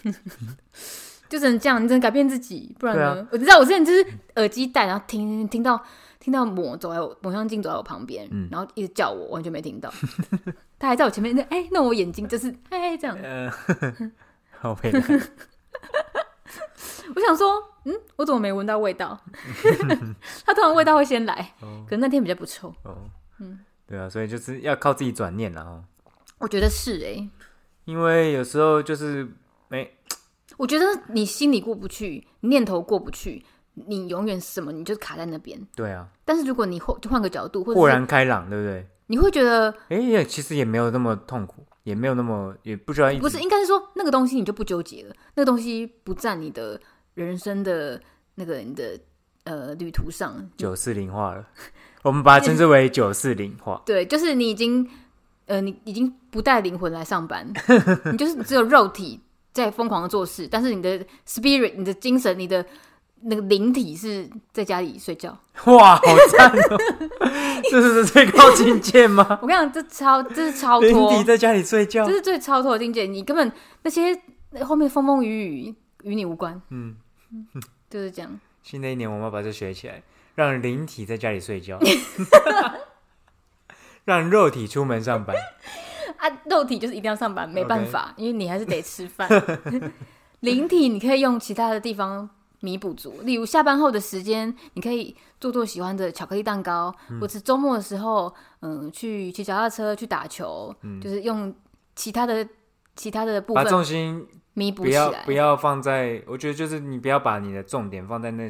就只能这样，你只能改变自己，不然呢？
对啊
我知道我之前就是耳机戴，然后听听到听到魔走在我魔像镜走在我旁边，
嗯
然后一直叫我，完全没听到，他还在我前面，那哎、那我眼睛就是哎、这样，
呃， 好佩服，
我想说，嗯，我怎么没闻到味道？ 它通常味道会先来，
哦
可能那天比较不臭。
哦，对啊，所以就是要靠自己转念然后，
我觉得是哎、
因为有时候就是没
我觉得你心里过不去，念头过不去，你永远什么你就卡在那边。
对啊，
但是如果你换换个角度，或
豁
者是
然开朗，对不对？
你会觉得
哎、也其实也没有那么痛苦，也没有那么也不需要一直
不是，应该是说那个东西你就不纠结了，那个东西不在你的人生的那个你的呃旅途上，
九四零化了，我们把它称之为九四零化。
对，就是你已经呃，你已经不带灵魂来 上班，你就是只有肉体在疯狂的做事，但是你的 spirit、你的精神、你的那个灵体是在家里睡觉。
哇，好赞 哦！这是最高境界吗？
我跟你讲，这超这是超
林
脱
迪，在家里睡觉
这，是最超脱的境界。你根本那些那后面风风雨雨与你无关，
嗯，
就是这样。
新的一年我们要把这学起来，让灵体在家里睡 觉， 让肉体出门上班。
啊，肉体就是一定要上班，没
OK
办法因为你还是得吃饭。 灵体你可以用其他的地方弥补足，例如下班后的时间，你可以做做喜欢的巧克力蛋糕，
嗯
或是周末的时候，嗯，去骑脚踏车、去打球，就是用其他的其他的部
嗯把
分
重心
弥补
不
起
要
来
不。要放在，我觉得就是你不要把你的重点放在那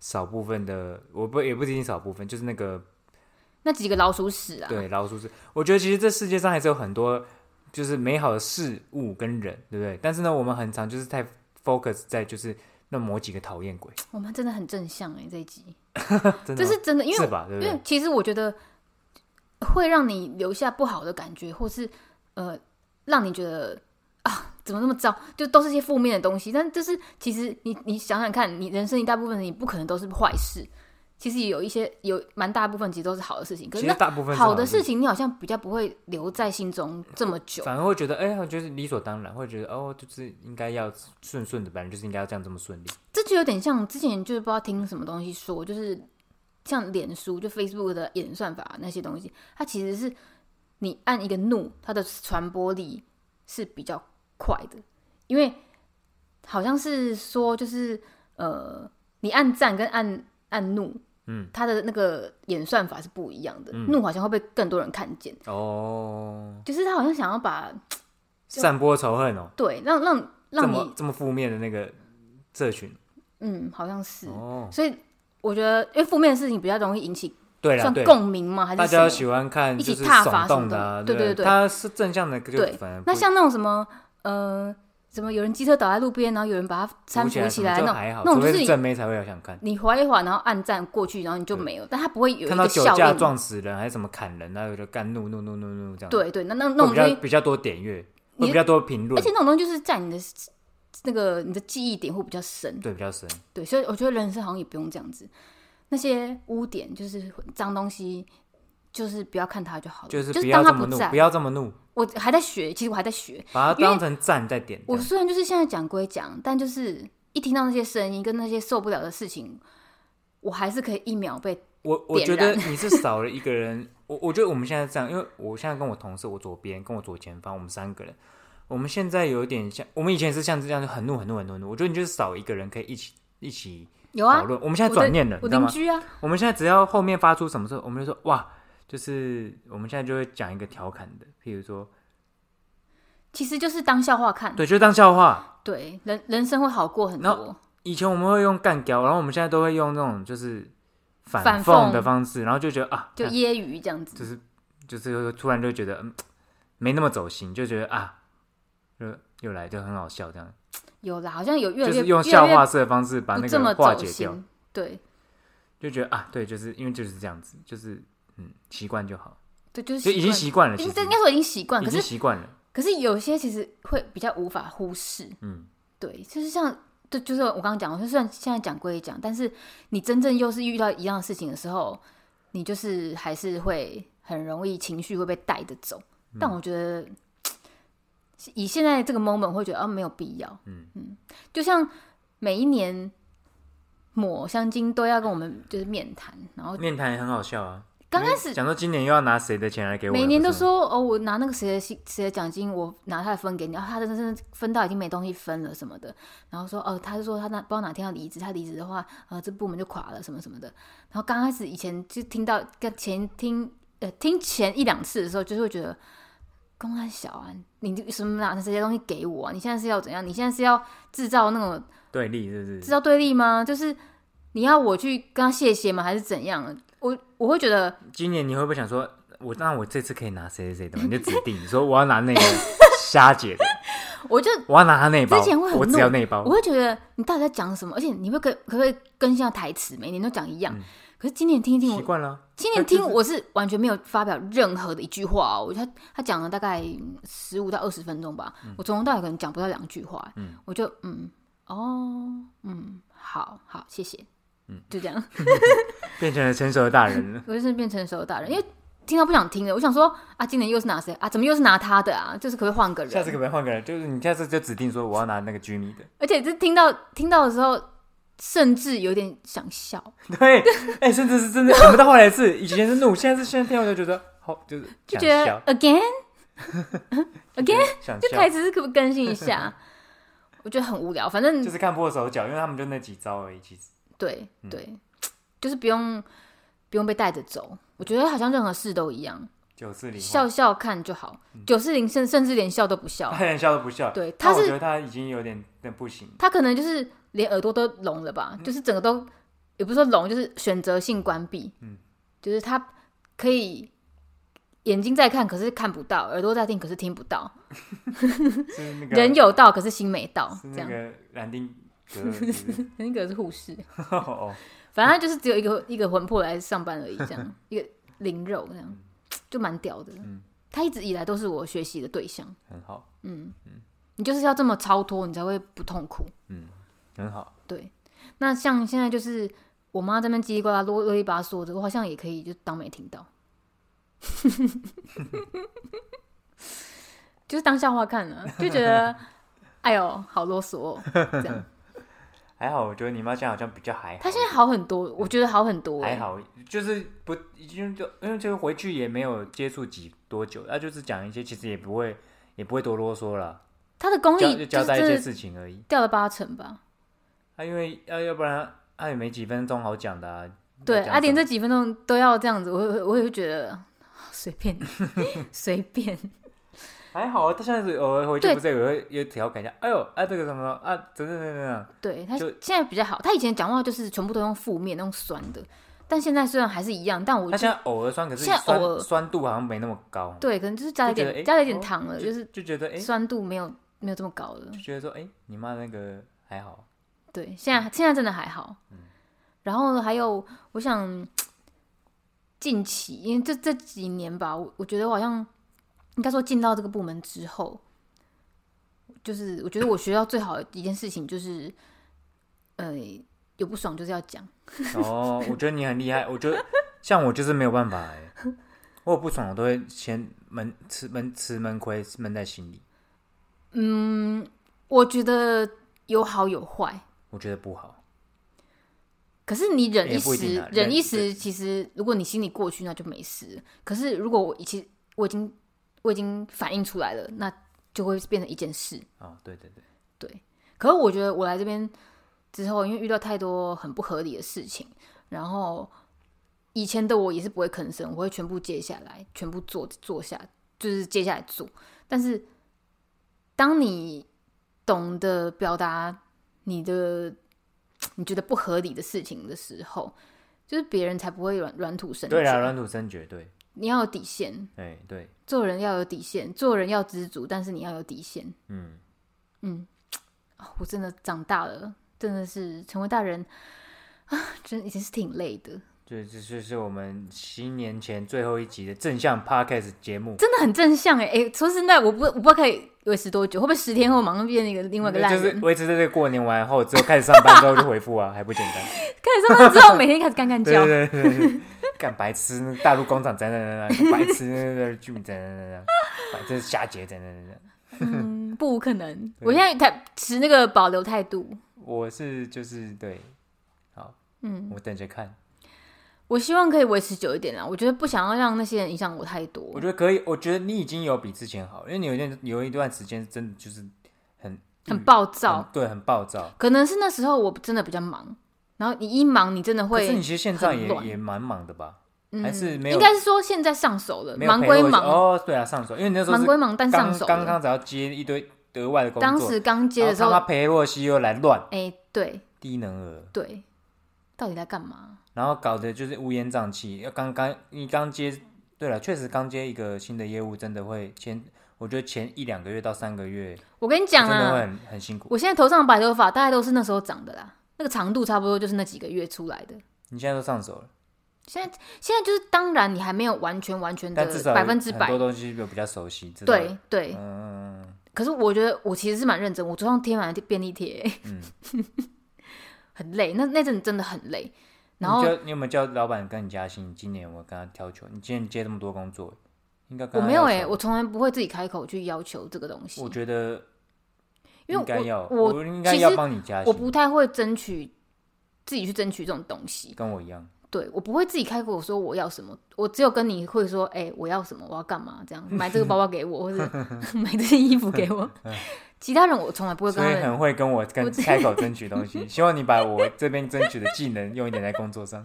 少部分的，我不也不仅仅少部分，就是那个
那几个老鼠屎啊，
对，老鼠是，我觉得其实这世界上还是有很多就是美好的事物跟人，对不对？但是呢，我们很常就是太 focus 在就是那某几个讨厌鬼，
我们真的很正向哎、这一集
真的
这
吗
是真的，因为
是吧？对不
因为
对？
其实我觉得会让你留下不好的感觉，或是呃，让你觉得啊，怎么那么糟，就都是一些负面的东西。但这是其实你你想想看，你人生一大部分你不可能都是坏事，其实有一些有蛮大部分其实都是好的事情。可
其
是
实
那
大部分是
好的
事
事，情，你好像比较不会留在心中这么久。
反而会觉得，哎、我觉得理所当然，会觉得哦，就是应该要顺顺的，本来就是应该要这样这么顺利。
这就有点像之前就是不知道听什么东西说，就是像脸书就 Facebook 的演算法那些东西，它其实是你按一个怒，它的传播力是比较快的，因为好像是说就是呃，你按赞跟按按怒，
嗯，
它的那个演算法是不一样的，怒好像会被更多人看见，
哦，
就是他好像想要把
散播仇恨哦，
对让让
这
让
么
你
这么负面的那个社群
嗯，好像是，
哦，
所以我觉得因为负面的事情比较容易引起。
对了
算
对啦，
共鸣吗？还
大
是
家
什
喜
么？
欢看
一起
就是
踏伐
耸
什么
动的、啊，
的对
不
对对
它是正向的，就
对
反而不
那像那种什么呃，什么有人机车倒在路边，然后有人把它搀扶
起
起来，
就
那
还
种
好，
那
除
种就
非
是
是
你
正妹才会想看。
你滑一滑，然后按赞过去，然后你就没有，但它不会有一
看到
个
酒
效
驾
应。
撞死人还是什么砍人，那个就干怒怒怒怒怒这样。，
对对，那那那
会
种
比较
东西，
比较多点阅，
你
会比较多评
而
论
且，那种东西就是在你的那个你的记忆点会比较深。
对比较深。
对，所以我觉得人生好像也不用这样子。那些污点就是脏东西，就是不要看它就好了，
就是
就
不
是
要
当它
这么
不
怒，
在
不。要这么怒，
我还在学，其实我还在学，
把它
因为
当成赞在点。
我虽然就是现在讲归讲，但就是一听到那些声音跟那些受不了的事情，我还是可以一秒被
我我
点
觉得
燃
你是少了一个人，我我觉得我们现在这样，因为我现在跟我同事，我左边跟我左前方，我们三个人，我们现在有点像，我们以前是像这样就很怒很怒很怒很怒。我觉得你就是少一个人可以一起一起
有
讨
啊，
论。我们现在转念了，
我
你知道
邻
吗？
居啊，
我们现在只要后面发出什么事，我们就说哇，就是我们现在就会讲一个调侃的，譬如说，
其实就是当笑话看。
对，就当笑话。
对，人人生会好过很
然
多。
以前我们会用干掉，然后我们现在都会用那种就是反
反
讽
讽
的方式，然后就觉得啊，
就
看
揶揄这样子，
就是就是突然就觉得嗯，没那么走心，就觉得啊，就又来就很好笑这样，
有啦，好像有越来
就
越
是用
越来
笑
越
话式的方式把
不
那
这么
个化
走
解掉。
心。对
就觉得啊，对，就是因为就是这样子，就是嗯，习惯就好，
对，就是
就已经习惯了，
已
其
经
实
这应该说已经习惯，
已
可
经
是
习惯了，
可是有些其实会比较无法忽视。
嗯，
对，就是像对，就是我刚刚讲，我就算现在讲归讲，但是你真正又是遇到一样的事情的时候，你就是还是会很容易情绪会被带着走。但我觉得，以现在这个 moment 会觉得啊没有必要。
嗯
就像每一年抹香鲸都要跟我们就是面谈，然后
面谈也很好笑啊。
刚开始
讲说今年又要拿谁的钱来给我，
每年都
不是吗
说哦，我拿那个谁的薪谁的奖金，我拿他的分给你，然后他真的真的分到已经没东西分了什么的，然后说哦，他就说他那不知道哪天要离职，他离职的话，呃，这部门就垮了什么什么的。然后刚开始以前就听到跟前听呃听前一两次的时候，就是会觉得公安小啊，你就什么拿这些东西给我、啊，你现在是要怎样？你现在是要制造那种
对立是不
制
是？
造对立吗？就是你要我去跟他谢谢吗？还是怎样？我我会觉得。
今年你会不会想说，我那我这次可以拿谁谁谁的吗？你就指定你说我要拿那个 虾姐的，
我就
我要拿她那一包，
之前会很
我只
怒
要那一包
我，会觉得你到底在讲什么？而且你会可可不可以更新下台词？每年都讲一样。
嗯
可是今年听一听
习
我，
惯了啊。
今年
对
听
就是
我是完全没有发表任何的一句话哦。我觉得他他讲了大概十五到二十分钟吧，我从头到尾可能讲不到两句话。
嗯
我就嗯哦嗯好好谢谢，
嗯
就这样，
变成了成熟的大人了。
我就是变成熟的大人，因为听到不想听了，我想说啊，今年又是拿谁啊？怎么又是拿他的啊？就是可不可以换个人？
下次可不可以换个人？就是你下次就指定说我要拿那个 Jimmy 的。
而且这听到听到的时候，甚至有点想笑。
对，哎、甚至是 真的，我们到后来是以前是怒，现在是现在听我就觉得好，就是
就
想
觉得
笑
again again，
想
这台
笑，
词可不可以更新 一下？我觉得很无聊，反正、
就是嗯看破手脚，因为他们就那几招而已。其实，
对对，就是不用不用被带着走。我觉得好像任何事都一样，
九四零
笑笑看就好。九四零甚甚至连笑都不笑，
他连笑都不嗯笑，
对，他
但我觉
是
得他已经有点那不 行，
他可能就是连耳朵都聋了
嗯
吧，就是整个都也不是说聋，就是选择性关闭。
嗯，
就是他可以眼睛在看，可是看不到；耳朵在听，可是听不到；
是那个
人有到，可是心没到。
是
这
那
样。
个兰丁格尔是不 是
那个是护士，
哦，
反正他就是只有一个一个魂魄来上班而已，这 样一个灵肉这样，就蛮屌的。
嗯
他一直以来都是我学习的对象。
很好，
嗯，你就是要这么超脱，你才会不痛苦。
嗯，很好，
对，那像现在就是我妈这边叽里呱啦啰啰里吧嗦的，我好像也可以就当没听到， 就是当笑话看了、就觉 得哎呦好啰嗦、哦，这样。
还好，我觉得你妈现在好像比较还好，
她现在好很多，我觉得好很多、欸
还好，就是不已经就因为这个回去也没有接触几多久，那、就是讲一些其实也不会也不会多啰嗦了，
她的功
交
力
就
就
交
是
代一
真
些
的
事情而已。
掉了八成吧。
他、因为啊要要不然他、也没几分钟好讲的、啊。
对，
要讲
啊，
什
连
么
这几分钟都要这样子，我会我也会觉得随便 随便。
还好啊，他现在是偶尔回去
对
不是也会也调侃一下，哎呦啊这个什么啊，等等等等，
对他
就
现在比较好，他以前讲话就是全部都用负面、用酸的，但现在虽然还是一样，但我
他
就
现在偶尔酸，可是
现在
酸
偶尔
酸度好像没那么高，
对，可能就是加了一
就觉得
点
诶
加了一点
哦
糖了，就是
就觉得哎、
酸度没有没有这么高了。
就觉得说哎、你妈那个还好，
对，现在现在真的还好。
嗯
然后呢还有，我想近期，因为这这几年吧，我我觉得我好像应该说进到这个部门之后，就是我觉得我学到最好的一件事情就是，呃，有不爽就是要讲。
哦，我觉得你很厉害，我觉得像我就是没有办法哎、我有不爽我都会先闷吃闷吃闷亏闷在心里，
我觉得有好有坏，
我觉得不好，
可是你忍
也
一
不一定
时
啊，
忍
忍
一时，其实如果你心里过去，那就没事。可是如果我已经我已经我已经反应出来了，那就会变成一件事。
哦，对对对，
可是我觉得我来这边之后，因为遇到太多很不合理的事情，然后以前的我也是不会吭声，我会全部接下来，全部做做下，就是接下来做。但是当你懂得表达你的你觉得不合理的事情的时候，就是别人才不会软软土生
对啦，
啦，
软土生绝对，
你要有底线，
哎对，
做人要有底线，做人要知足，但是你要有底线。
嗯，
哦我真的长大了，真的是成为大人啊，真的已经是挺累的，
这这这是我们新年前最后一集的正向 podcast 节目，
真的很正向哎哎、诶说实在，我不我不知道可以维持多久，会不会十天后马上变成一个另外一个烂
就
人？
是维持在这个过年完后之后开始上班之后就回复啊，还不简单？
开始上班之后，每天开始干干
对
叫，
对对对对，干白痴，那大陆工厂在那那那，白痴那那居民在那那那，反正是下节在那那那。
嗯，不可能。我现在太持那个保留态度，
我是就是对，好，嗯，我等着看，
我希望可以维持久一点啦。我觉得不想要让那些人影响我太多
我，觉得可以，我觉得你已经有比之前好，因为你有一段有一段时间真的就是很
很暴躁，
嗯很对，很暴躁。
可能是那时候我真的比较忙，然后你一忙，你真的
可是你
会。
其实现在
很
也
乱
也蛮忙的吧？还是没有
应该是说现在上手了，
没有
忙
陪
归
我
忙，
哦，对啊，上手，因为你那时候
忙
是
归忙，但上
刚
手了。
刚刚只要接一堆额外的工作，
当时刚接
然后
的时
他
候，
妈
哎、
裴洛西又来乱，
对
低能儿。
对，到底在干嘛？
然后搞得就是乌烟瘴气。要刚刚你刚接，对了，确实刚接一个新的业务，真的会前，我觉得前一两个月到三个月，
我跟你
真
讲
的会
啦，
很很辛苦。
我现在头上的白头发大概都是那时候长的啦，那个长度差不多就是那几个月出来的。
你现在都上手了，
现在现在就是，当然你还没有完全完全的
但至少
百分之
很
百
多，东西就比较熟悉。知道，
对对。
嗯，嗯
可是我觉得我其实是蛮认真，我桌上贴满了便利贴、
嗯
很累。那那阵子真的很累，然
你
后
叫你有没有叫老板跟你加薪？你今年有没有跟他挑球？你今年接这么多工作，应该
我
跟他
没有
要
哎、
求
我从来不会自己开口去要求这个东西
我。觉得
因为
应该
我
要，
我
我应该
其
要
实
帮你加
我
薪，
不太会争取自己去争取这种东西，
跟我一样。
对我不会自己开口说我要什么，我只有跟你会说，哎、我要什么，我要干嘛，这样买这个包包给我，或者买这件衣服给我。 其他人我从来不会
嗯所
跟他
以
们，
很会跟我跟
我这
开口争取东西，希望你把我这边争取的技能用一点在工作上，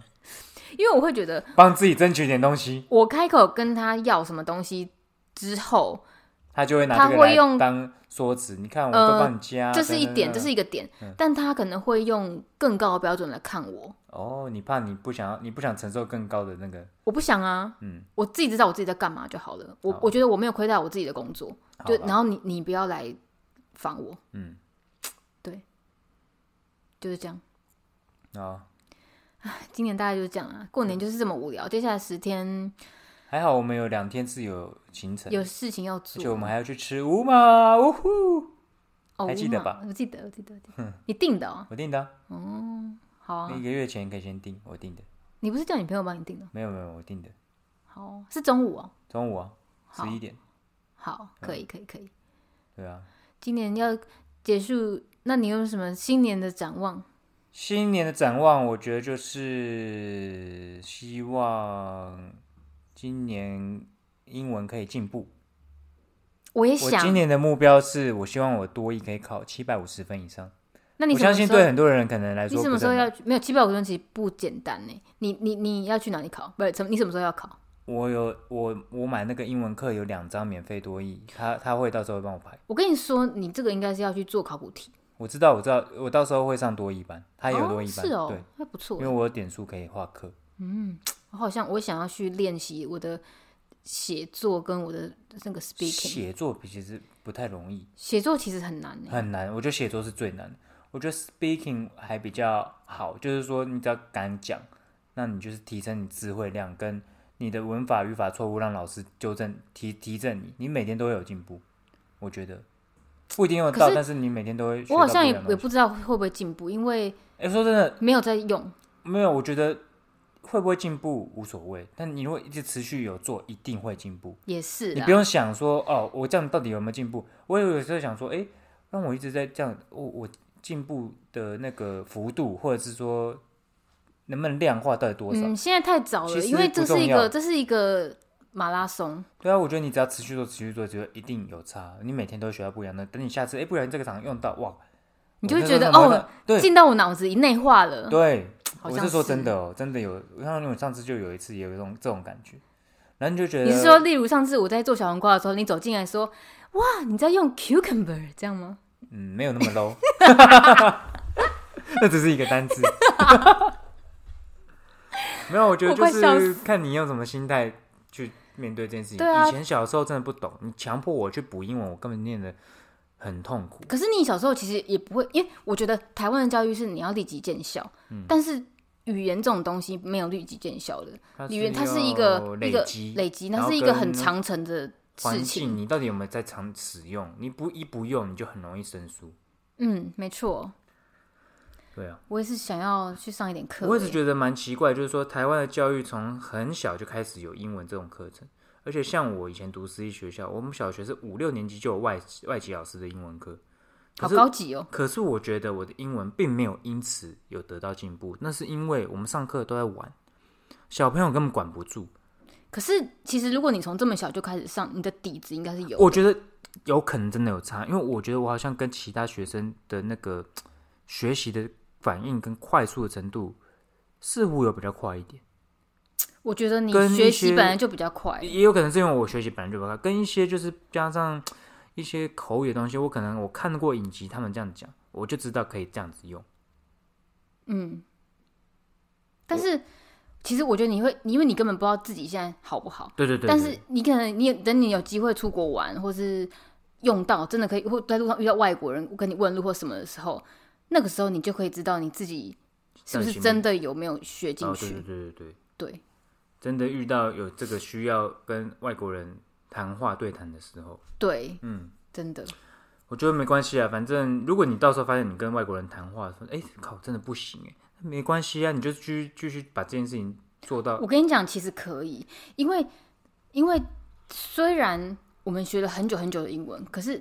因为我会觉得
帮自己争取一点东西，
我开口跟他要什么东西之后，
他就会拿这
他
个
会
来
用
当说辞。你看，我都
呃
帮你加，
这是一点，
等
这
等
是一个点，
嗯
但他可能会用更高的标准来看我。
哦，你怕你不想要，你不想承受更高的那个，
我不想啊，
嗯，
我自己知道我自己在干嘛就好了。我
好
我觉得我没有亏待我自己的工作，
好
就
吧
然后你你不要来烦我，
嗯，
对，就是这样。
哦，
今年大概就是这样啊，过
嗯
年就是这么无聊。接下来十天
还好我们有两天是有行程，
有事情要
而
做，
且我们还要去吃乌马，呜呼，
哦，
还记得
五马
吧？
我记得，我记得，我记得。你订的哦，
我订的啊，
好啊
一，个月前可以先订，我订的，
你不是叫你朋友帮你订的？
没有没有，我订的，
好哦，是中午哦，
中午啊，十
好
一嗯点，
好，可以，可以，可以。
对啊，
今年要结束，那你有什么新年的展望？
新年的展望，我觉得就是希望今年英文可以进步。
我也
我今
想，
年的目标是我希望我多一可以考七百五十分以上。
那你
我
什么
相信
时候
对很多人可能来
你
说
什
不
么
是
时候
很难。
要去？没有七百五十分其实不简单呢。你你你要去哪里考？不是，什么？你什么时候要考？
我有我我买那个英文课有两张免费多益，他他会到时候会帮我排。
我跟你说，你这个应该是要去做考古题。
我知道我知道，我到时候会上多益班，他也有多益班，
哦是哦
对，，
那不错
因为。我有点数可以画课。
我好像我想要去练习我的写作跟我的那个 speaking。
写作其实不太容易，
写作其实很难欸呢、
很难，我觉得写作是最难的。我觉得 speaking 还比较好，就是说你只要敢讲，那你就是提升你智慧量跟你的文法语法错误，让老师纠正提提正你，你每天都会有进步。我觉得不一定用得到，
可是
但是你每天都会学到
我好
不一
像也
样的
也
东西。
不知道会不会进步，因为
哎、说真的，
没有在用。
没有，我觉得会不会进步无所谓，但你如果一直持续有做，一定会进步。
也是啊
你
啦
不，用想说哦，我这样到底有没有进步？我有时候想说，诶，让我一直在这样，我我进步的那个幅度，或者是说能不能量化到底多少？
嗯，现在太早
其
了，
实
因为这
不重
是一
要
个这是一个马拉松，
对啊，我觉得你只要持续做，持续做，就一定有差。你每天都会学到不一样的。等你下次，哎、不然这个场用到哇，我
你就会
那
觉
时候
得
怎么会
哦，
对
进到我脑子里内化了。
对，
好
我
像
是说真
是
的哦，真的有，像我上次就有一次也有这种这种感觉，然后你就觉得
你是说，例如上次我在做小黄瓜的时候，你走进来说：“哇，你在用 cucumber 这样吗
嗯，没有那么 low，那只是一个单字。没有，我觉得
我
就
快笑
是看你用什么心态去面对这件事情。
对啊
以前小时候真的不懂，你强迫我去补英文，我根本念的很痛苦？”。
可是你小时候其实也不会，因为我觉得台湾的教育是你要立即见效，
嗯
但是语言这种东西没有立即见效的，语言它是一
要
个一
累
个
积
累积，
然
它
后
是一个很
跟
长程的
环
事情。
境，你到底有没有在常使用？你不一不用，你就很容易生疏。
嗯，没错，
对啊，
我也是想要去上一点课欸。
我一直觉得蛮奇怪，就是说台湾的教育从很小就开始有英文这种课程，而且像我以前读私立学校，我们小学是五六年级就有外外籍老师的英文课，可
好
是
高级哦，
可是我觉得我的英文并没有因此有得到进步，那是因为我们上课都在玩，小朋友根本管不住。
可是其实如果你从这么小就开始上，你的底子应该是有的。
我觉得有可能真的有差，因为我觉得我好像跟其他学生的那个学习的反应跟快速的程度，似乎有比较快一点。
我觉得你
跟一
学习
些
本来就比较快，
也有可能是因为我学习本来就不好，跟一些就是加上一些口语的东西，我可能我看过影集，他们这样讲，我就知道可以这样子用。
嗯，但是其实我觉得你会，因为你根本不知道自己现在好不好，
对对对
但是你可能你也等你有机会出国玩，或是用到真的可以，或在路上遇到外国人跟你问路或什么的时候，那个时候你就可以知道你自己是不是真
的
的有没有学进
哦，对
去。
对对对对，
对
真的遇到有这个需要跟外国人谈话对谈的时候，
对，
嗯。
真的，
我觉得没关系啊，反正如果你到时候发现你跟外国人谈话说，哎、靠，真的不行哎、没关系啊，你就继续继续把这件事情做到
我。跟你讲，其实可以，因为因为虽然我们学了很久很久的英文，可是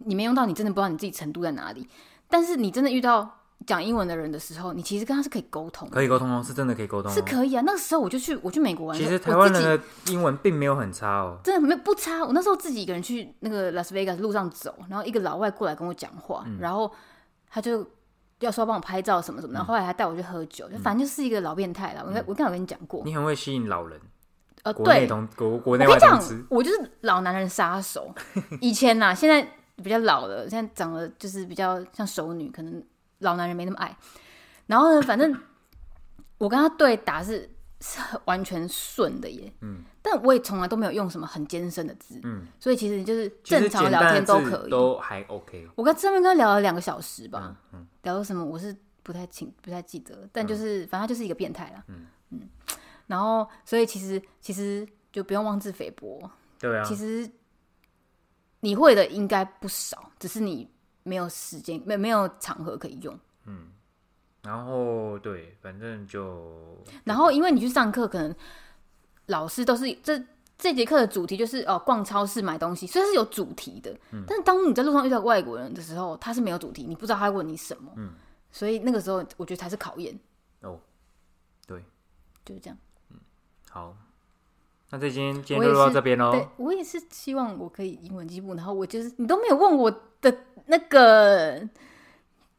你没用到，你真的不知道你自己程度在哪里。但是你真的遇到讲英文的人的时候，你其实跟他是可以沟通的，
可以沟通哦，是真的可以沟通、哦。
是可以啊。那个时候我就去我去美国玩的
其
时候，
实台湾
我
人
自己
的英文并没有很差哦，
真的没有不差。我那时候自己一个人去那个拉斯维加斯路上走，然后一个老外过来跟我讲话，
嗯
然后他就。要说帮我拍照什么什么，然后后来还带我去喝酒，就反正就是一个老变态啦。我应该我应该有跟你讲过，
嗯你很会吸引老人，
呃，
国内
对，
同国国
我
内
跟你
外
讲
同吃，，
我就是老男人杀手。 以前呐、现在比较老了，现在长得就是比较像熟女，可能老男人没那么爱。然后呢，反正我跟他对打是是很完全顺的耶，嗯，但我也从来都没有用什么很艰深的字，
嗯，
所以其实就是
其
正
实
常
简
聊
单的
天都
字
可以。
都嗯还 OK。
我跟这边跟他聊了两个小时吧，聊到什么我是不太清不太记得，
嗯
但就是、反正他就是一个变态啦，嗯然后所以其实其实就不用妄自菲薄，
对啊
其，实你会的应该不少，只是你没有时间，没没有场合可以用。
然后对，反正就
然后因为你去上课，可能老师都是这这节课的主题就是哦逛超市买东西，虽然是有主题的，但是当你在路上遇到外国人的时候，他是没有主题，你不知道他会问你什么，所以那个时候我觉得才是考验，
哦，对，
就是这样。
好，那这今天今天
我
就
也
录到
是
这边
对
喽。
我也是希望我可以英文进步，然后我就是你都没有问我的那个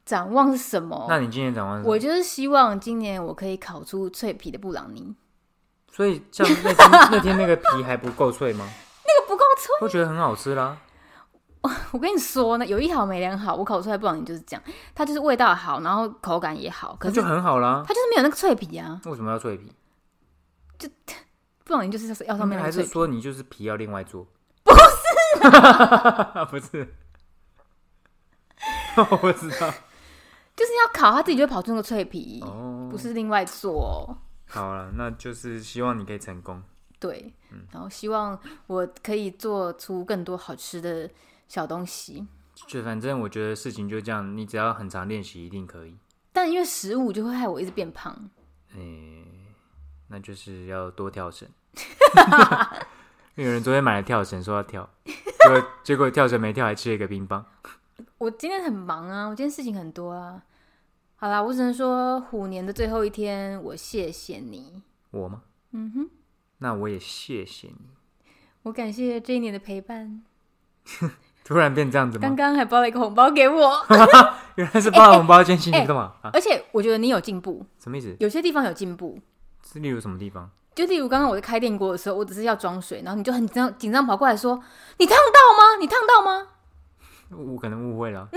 展望是什么，
那你今天展望是什么？
我就是希望今年我可以烤出脆皮的布朗尼，
所以像那天 那天那个皮还不够脆吗？
那个不够脆。
会觉得很好吃啦。
我跟你说呢，有一好没两好，我烤出来布朗尼就是这样，它就是味道好，然后口感也好，可
那就
是它
很好啦。
就是没有那个脆皮啊。
为什么要脆皮？
布朗尼就是要上面
还
的
是
脆皮，
说你就是皮要另外做？ 不是，不是，我知道。
就是要烤它自己就会跑出那个脆皮，
哦
不，是另外做、哦。
好了，那就是希望你可以成功。
对，
嗯
然后希望我可以做出更多好吃的小东西，
就反正我觉得事情就这样，你只要很常练习，一定可以。
但因为食物就会害我一直变胖。
诶、那就是要多跳绳。 有人昨天买了跳绳，说要跳，结果结果跳绳没跳，还吃了一个冰棒。
我今天很忙啊，我今天事情很多啊。好啦，我只能说虎年的最后一天，我谢谢你。
我吗？
嗯哼，
那我也谢谢你。
我感谢这一年的陪伴。
突然变这样子
刚
吗？
刚还包了一个红包给 我，
原来是包了红包捐心
哎
你干嘛啊？
而且我觉得你有进步，
什么意思？
有些地方有进步。
是例如什么地方？
就例如刚刚我在开电锅的时候，我只是要装水，然后你就很紧张紧张跑过来说：“你烫到吗？你烫到吗
我可能误会了？”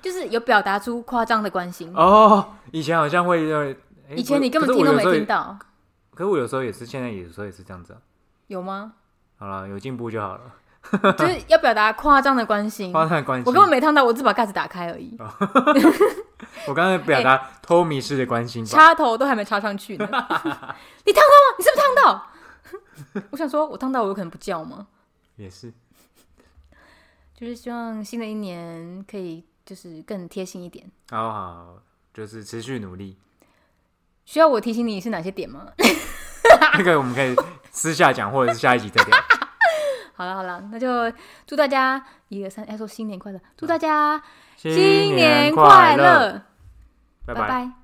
就是有表达出夸张的关心。
哦。以前好像会认为，哎
以前你根本
可是
听
我
都
有
没
时候也
听到，
可是我有时候也是，现在有时候也是这样子啊、
有吗？
好了，有进步就好了。
就是要表达夸张的关心。
发生关系，
哎我根本没烫到，我只把盖子打开而已，
我刚才表达
哎
偷迷式的关心吧。
插头都还没插 上去呢。你烫到吗？你是不是烫到？ 我想说，我烫到我有可能不叫吗？
也是，
就是希望新的一年可以就是更贴心一点。
好好，就是持续努力。
需要我提醒你是哪些点吗？
那个我们可以私下讲，或者是下一集再聊。
好了好了，那就祝大家一二三，哎要说新年快乐，祝大家
新年快
乐，
拜
拜拜